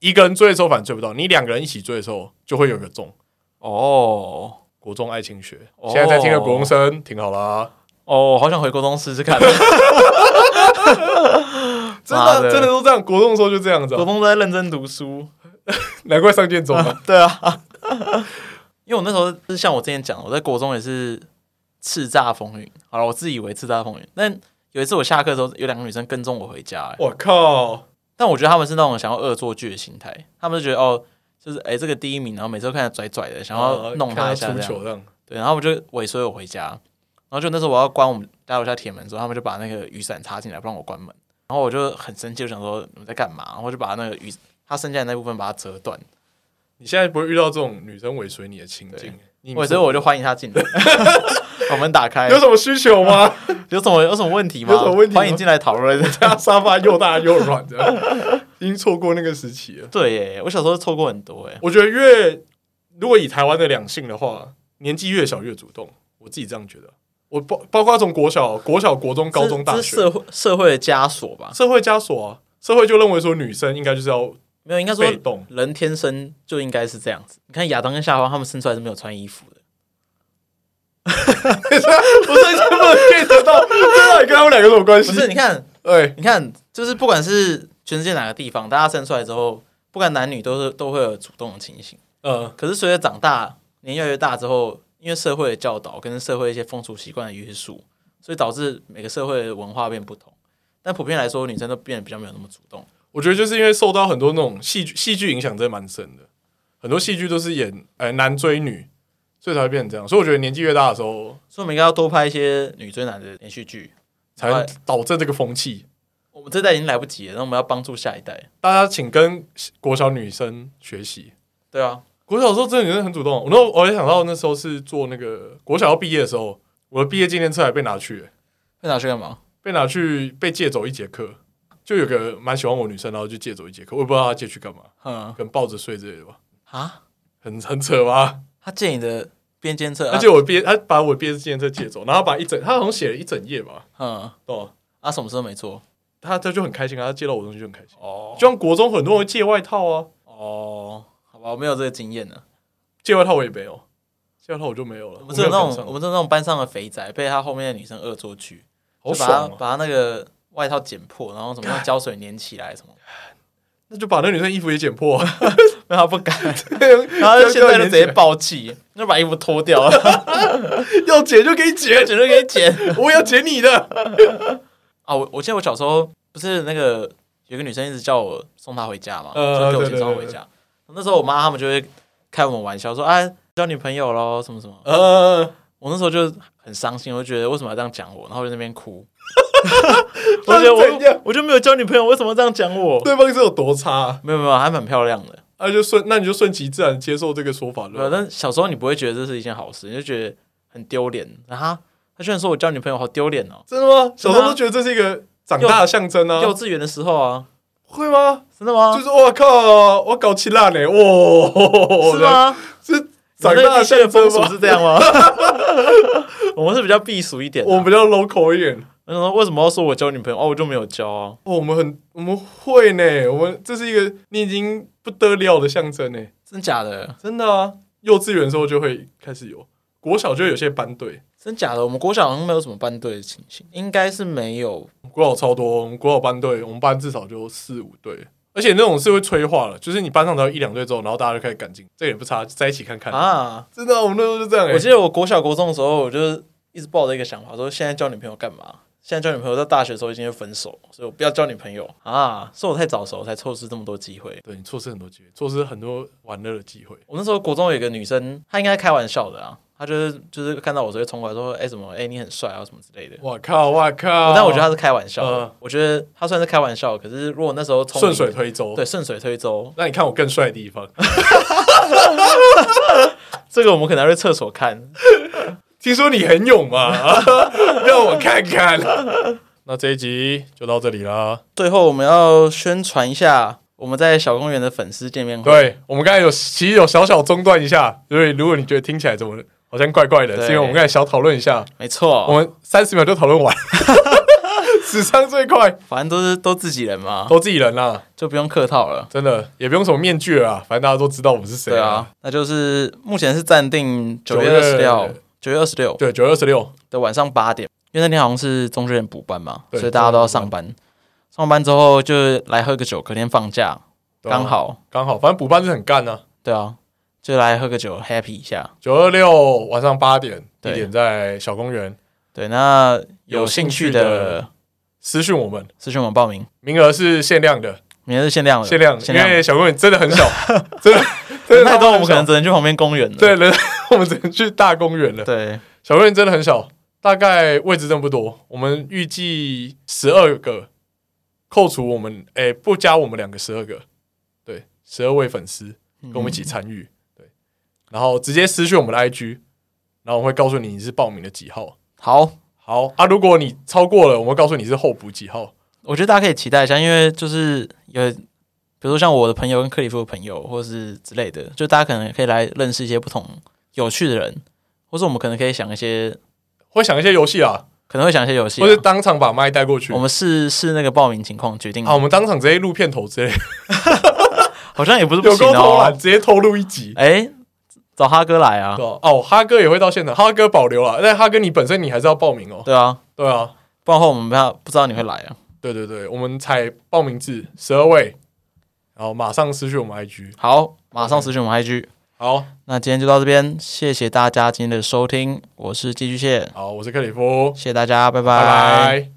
[SPEAKER 1] 一个人追的时候反正追不到，你两个人一起追的时候就会有一个中。
[SPEAKER 2] 哦
[SPEAKER 1] 国中爱情学，
[SPEAKER 2] 哦
[SPEAKER 1] 现在在听的国中生挺好啦，
[SPEAKER 2] 哦，好想回国中试
[SPEAKER 1] (laughs)
[SPEAKER 2] 试看。
[SPEAKER 1] 啊真
[SPEAKER 2] 妈
[SPEAKER 1] 的真的，都这样，国中的时候就这样子啊、
[SPEAKER 2] 国中都在认真读书。
[SPEAKER 1] 难怪上建中啊。
[SPEAKER 2] 对啊， (laughs) 因为我那时候就是像我之前讲的，我在国中也是叱咤风云。好了，我自以为叱咤风云，但有一次我下课的时候，有两个女生跟踪我回家、欸
[SPEAKER 1] (laughs) 我靠，
[SPEAKER 2] 但我觉得他们是那种想要恶作剧的心态，他们就觉得哦，就是哎、这个第一名，然后每次都看他拽拽的，想要弄
[SPEAKER 1] 哦看
[SPEAKER 2] 他
[SPEAKER 1] 他
[SPEAKER 2] 一下
[SPEAKER 1] 出
[SPEAKER 2] 这样。
[SPEAKER 1] 糗这样，
[SPEAKER 2] 对，然后我就尾随我回家，然后就那时候我要关我们家楼下铁门的时候，他们就把那个雨伞插进来，不让我关门。然后我就很生气，我想说你们在干嘛？然后我就把那个雨他剩下的那部分把它折断，
[SPEAKER 1] 你现在不会遇到这种女生尾随你的情境，你
[SPEAKER 2] 尾随我就欢迎他
[SPEAKER 1] (laughs)
[SPEAKER 2] 进来，把门打开
[SPEAKER 1] 有，什么需求吗？ (laughs)
[SPEAKER 2] 有什么有什么问题吗？
[SPEAKER 1] 有什么问题吗
[SPEAKER 2] 欢迎进来讨论。 (laughs)
[SPEAKER 1] 他沙发又大又软的，已经错过那个时期了。
[SPEAKER 2] 对耶，我小时候错过很多哎，
[SPEAKER 1] 我觉得越如果以台湾的两性的话，年纪越小越主动，我自己这样觉得。我包包括从国小、国小、国中、高中、
[SPEAKER 2] 这
[SPEAKER 1] 大
[SPEAKER 2] 这是
[SPEAKER 1] 学，
[SPEAKER 2] 社会社会的枷锁吧？
[SPEAKER 1] 社会枷锁啊，社会就认为说女生应该就是要
[SPEAKER 2] 没有，应该说
[SPEAKER 1] 被动， (laughs)
[SPEAKER 2] 人天生就应该是这样子。你看亚当跟夏娃，他们生出来是没有穿衣服的。
[SPEAKER 1] 我甚至不能 get 到，这到底跟他们两个有什么关系
[SPEAKER 2] 不？是，你看，
[SPEAKER 1] 哎，
[SPEAKER 2] 你看，就是不管是全世界哪个地方，大家生出来之后，不管男女，都是都会有主动的情形。
[SPEAKER 1] 呃，
[SPEAKER 2] 可是随着长大，年越来越大之后，因为社会的教导跟社会一些风俗习惯的约束，所以导致每个社会的文化变不同。但普遍来说，女生都变得比较没有那么主动。
[SPEAKER 1] 我觉得就是因为受到很多那种戏剧戏剧影响，真的蛮深的。很多戏剧都是演哎男追女，所以才会变成这样。所以我觉得年纪越大的时候，
[SPEAKER 2] 所以我们应该要多拍一些女追男的连续剧。
[SPEAKER 1] 才能
[SPEAKER 2] 哎
[SPEAKER 1] 导致这个风气。
[SPEAKER 2] 我们这代已经来不及了，那我们要帮助下一代。
[SPEAKER 1] 大家请跟国小女生学习。
[SPEAKER 2] 对啊，
[SPEAKER 1] 国小的时候真的女生很主动，我那时候我也想到那时候是做那个国小要毕业的时候，我的毕业纪念册还被拿去、
[SPEAKER 2] 会拿去干嘛？
[SPEAKER 1] 被拿去被借走一节课。就有个蛮喜欢我的女生，然后就借走一节课，我也不知道她借去干嘛，
[SPEAKER 2] 嗯
[SPEAKER 1] 可能抱着睡之类的吧，
[SPEAKER 2] 啊，
[SPEAKER 1] 很很扯吧？
[SPEAKER 2] 他借你的边监测，啊
[SPEAKER 1] 她借我毕业，她把我毕业纪念册借走，然后把一整，她好像写了一整页吧，
[SPEAKER 2] 嗯，
[SPEAKER 1] 哦，
[SPEAKER 2] 啊，什么事都没做。
[SPEAKER 1] 她她就很开心啊，她借到我东西就很开心。
[SPEAKER 2] 哦
[SPEAKER 1] 就像国中很多人会借外套啊，
[SPEAKER 2] 哦，好吧，我没有这个经验呢。
[SPEAKER 1] 借外套我也没有，借外套我就没有了。
[SPEAKER 2] 我们是有那
[SPEAKER 1] 没跟
[SPEAKER 2] 种，
[SPEAKER 1] 上
[SPEAKER 2] 我们是有那种班上的肥仔，被他后面的女生恶作剧，
[SPEAKER 1] 好
[SPEAKER 2] 就把
[SPEAKER 1] 爽
[SPEAKER 2] 他
[SPEAKER 1] 啊！
[SPEAKER 2] 把他那个外套剪破，然后什么用胶水粘起来什么，
[SPEAKER 1] 那就把那女生衣服也剪破、啊， (laughs)
[SPEAKER 2] 没有他不 (laughs) 敢，然
[SPEAKER 1] 然
[SPEAKER 2] 后现在就直接暴气，就把衣服脱掉 (laughs) 了，
[SPEAKER 1] 要剪就给你剪，
[SPEAKER 2] 绝对给你剪 (laughs)
[SPEAKER 1] 我也要剪你的。
[SPEAKER 2] 啊！我我记得我小时候不是那个有个女生一直叫我送她回家嘛，
[SPEAKER 1] 呃
[SPEAKER 2] 就给
[SPEAKER 1] 对
[SPEAKER 2] 我钱送她
[SPEAKER 1] 对
[SPEAKER 2] 回
[SPEAKER 1] 对
[SPEAKER 2] 家。那时候我妈他们就会开我们玩笑说啊交女朋友喽什么什么，
[SPEAKER 1] 呃，
[SPEAKER 2] 我那时候就很伤心，我就觉得为什么要这样讲我，然后我就在那边
[SPEAKER 1] (laughs)
[SPEAKER 2] 哭。
[SPEAKER 1] 那你怎
[SPEAKER 2] 我就觉得
[SPEAKER 1] 样
[SPEAKER 2] 我我就没有交女朋友，为什么要这样讲我？
[SPEAKER 1] 对方是有多差、啊，
[SPEAKER 2] 没有没有，还蛮漂亮的。
[SPEAKER 1] 那、就顺，那你就顺其自然接受这个说法
[SPEAKER 2] 没
[SPEAKER 1] 了。
[SPEAKER 2] 有，啊但小时候你不会觉得这是一件好事，你就觉得很丢脸。然后他他居然说我交女朋友，好丢脸哦！
[SPEAKER 1] 真的吗？小时候都觉得这是一个长大的象征
[SPEAKER 2] 幼
[SPEAKER 1] 啊，
[SPEAKER 2] 稚园的时候啊，
[SPEAKER 1] 会吗？
[SPEAKER 2] 真的吗？
[SPEAKER 1] 就是我靠，我搞起烂呢，哇，
[SPEAKER 2] 是？吗？
[SPEAKER 1] 是
[SPEAKER 2] 你
[SPEAKER 1] 长
[SPEAKER 2] 们那
[SPEAKER 1] 大
[SPEAKER 2] 个
[SPEAKER 1] 的
[SPEAKER 2] 地区的
[SPEAKER 1] 象
[SPEAKER 2] 风
[SPEAKER 1] 征
[SPEAKER 2] 俗
[SPEAKER 1] 吗？
[SPEAKER 2] 是这样吗？ (laughs) 我们是比较避俗一点的、啊
[SPEAKER 1] 我们比较 local 一点，
[SPEAKER 2] 我想说为什么要说我交女朋友？哦，我就没有交啊。
[SPEAKER 1] 哦，我们很我们会呢，我们这是一个你已经不得了的象征呢，
[SPEAKER 2] 真假的？
[SPEAKER 1] 真的啊。幼稚园的时候就会开始有，国小就有些班队，
[SPEAKER 2] 真假的？我们国小好像没有什么班队的情形，应该是没有。
[SPEAKER 1] 国小超多，我们国小班队，我们班至少就四五队，而且那种是会催化的，就是你班上只要一两队之后，然后大家就开始赶进，这个也不差，在一起看看。
[SPEAKER 2] 啊！
[SPEAKER 1] 真的啊、我们那时候就这样、欸，
[SPEAKER 2] 我记得我国小国中的时候，我就一直抱着一个想法，说现在交女朋友干嘛？现在交女朋友，到大学的时候已经会分手，所以我不要交女朋友啊！是我太早熟，才错失这么多机会。
[SPEAKER 1] 对你错失很多机会，错失很多玩乐的机会。
[SPEAKER 2] 我那时候国中有一个女生，她应该开玩笑的啊，她就是就是看到我直接冲过来说：“哎、什么？哎、你很帅啊，什么之类的。
[SPEAKER 1] 我靠，我靠！
[SPEAKER 2] 但我觉得她是开玩笑的，
[SPEAKER 1] 哦嗯
[SPEAKER 2] 我觉得她虽然是开玩笑，可是如果那时候聪明
[SPEAKER 1] 顺水推舟。
[SPEAKER 2] 对，顺水推舟，
[SPEAKER 1] 那你看我更帅的地方，
[SPEAKER 2] 这个我们可能还会厕所看。
[SPEAKER 1] 听说你很勇嘛， (laughs) 让我看看。那这一集就到这里啦。
[SPEAKER 2] 最后我们要宣传一下我们在小公园的粉丝见面会。
[SPEAKER 1] 对我们刚才有其实有小小中断一下，所以如果你觉得听起来怎么好像怪怪的，
[SPEAKER 2] 对
[SPEAKER 1] 是因为我们刚才小讨论一下，
[SPEAKER 2] 没错，
[SPEAKER 1] 我们三十秒就讨论
[SPEAKER 2] (laughs)
[SPEAKER 1] 完，史上最快，
[SPEAKER 2] 反正都是都自己人嘛，
[SPEAKER 1] 都自己人啦，
[SPEAKER 2] 就不用客套了。
[SPEAKER 1] 真的也不用什么面具了啊，反正大家都知道我们是谁
[SPEAKER 2] 对
[SPEAKER 1] 啊。
[SPEAKER 2] 啊，那就是目前是暂定九月
[SPEAKER 1] 9
[SPEAKER 2] 二
[SPEAKER 1] 月
[SPEAKER 2] 十六，九月二十六
[SPEAKER 1] 对，九月二十六，
[SPEAKER 2] 的晚上八点，因为那天好像是中学院补班嘛，
[SPEAKER 1] 对
[SPEAKER 2] 所以大家都要上班。上班之后就来喝个酒，隔天放假
[SPEAKER 1] 对啊
[SPEAKER 2] 刚好，
[SPEAKER 1] 刚好，反正补班是很干啊。
[SPEAKER 2] 对啊，就来喝个酒 happy 一下。
[SPEAKER 1] 九二六晚上八点，
[SPEAKER 2] 对
[SPEAKER 1] 地点在小公园，
[SPEAKER 2] 对，那有
[SPEAKER 1] 有
[SPEAKER 2] 兴
[SPEAKER 1] 兴
[SPEAKER 2] 趣
[SPEAKER 1] 趣
[SPEAKER 2] 的
[SPEAKER 1] 的私讯我们，
[SPEAKER 2] 私讯我们报名，
[SPEAKER 1] 名额是限量的，
[SPEAKER 2] 明天是限量的，
[SPEAKER 1] 限量，
[SPEAKER 2] 哦限
[SPEAKER 1] 因
[SPEAKER 2] 量的 (laughs)
[SPEAKER 1] 为小公园真的很小，真的对
[SPEAKER 2] 人太多，我们可能
[SPEAKER 1] 人
[SPEAKER 2] 只能去旁边公园了。
[SPEAKER 1] 对人， (laughs) 我们只能去大公园了。
[SPEAKER 2] 对，
[SPEAKER 1] 小公园真的很小，大概位置真的不多。我们预计十二个，扣除我们诶、不加我们两个十二个，对，十二位粉丝
[SPEAKER 2] 嗯
[SPEAKER 1] 跟我们一起参与，对，然后直接私讯我们的 IG，然后我会告诉你你是报名的几号。
[SPEAKER 2] 好，
[SPEAKER 1] 好啊，如果你超过了，我们会告诉你是候补几号。
[SPEAKER 2] 我觉得大家可以期待一下，因为就是有，比如说像我的朋友跟克里夫的朋友，或是之类的，就大家可能可以来认识一些不同有趣的人，或是我们可能可以想一些，
[SPEAKER 1] 会想一些游戏啊，
[SPEAKER 2] 可能会想一些游戏啊、
[SPEAKER 1] 或是当场把麦带过去。
[SPEAKER 2] 我们试试那个报名情况决定，
[SPEAKER 1] 好，我们当场直接录片头之类，
[SPEAKER 2] 好像也不是不
[SPEAKER 1] 有
[SPEAKER 2] 行
[SPEAKER 1] 沟偷
[SPEAKER 2] 哦
[SPEAKER 1] 懒，。直接偷录一集。
[SPEAKER 2] 哎、找哈哥来啊
[SPEAKER 1] 对，啊哦，哈哥也会到现场，哈哥保留了，但哈哥你本身你还是要报名哦。
[SPEAKER 2] 对啊，
[SPEAKER 1] 对啊，
[SPEAKER 2] 不然的话我们不知道不知道你会来啊。
[SPEAKER 1] 对对对，我们采报名制十二位，然后马上私讯我们 IG。
[SPEAKER 2] 好，马上私
[SPEAKER 1] 嗯
[SPEAKER 2] 讯我们 IG。
[SPEAKER 1] 好
[SPEAKER 2] 那今天就到这边，谢谢大家今天的收听，我是寄居蟹，
[SPEAKER 1] 好，我是克里夫，
[SPEAKER 2] 谢谢大家，
[SPEAKER 1] 拜拜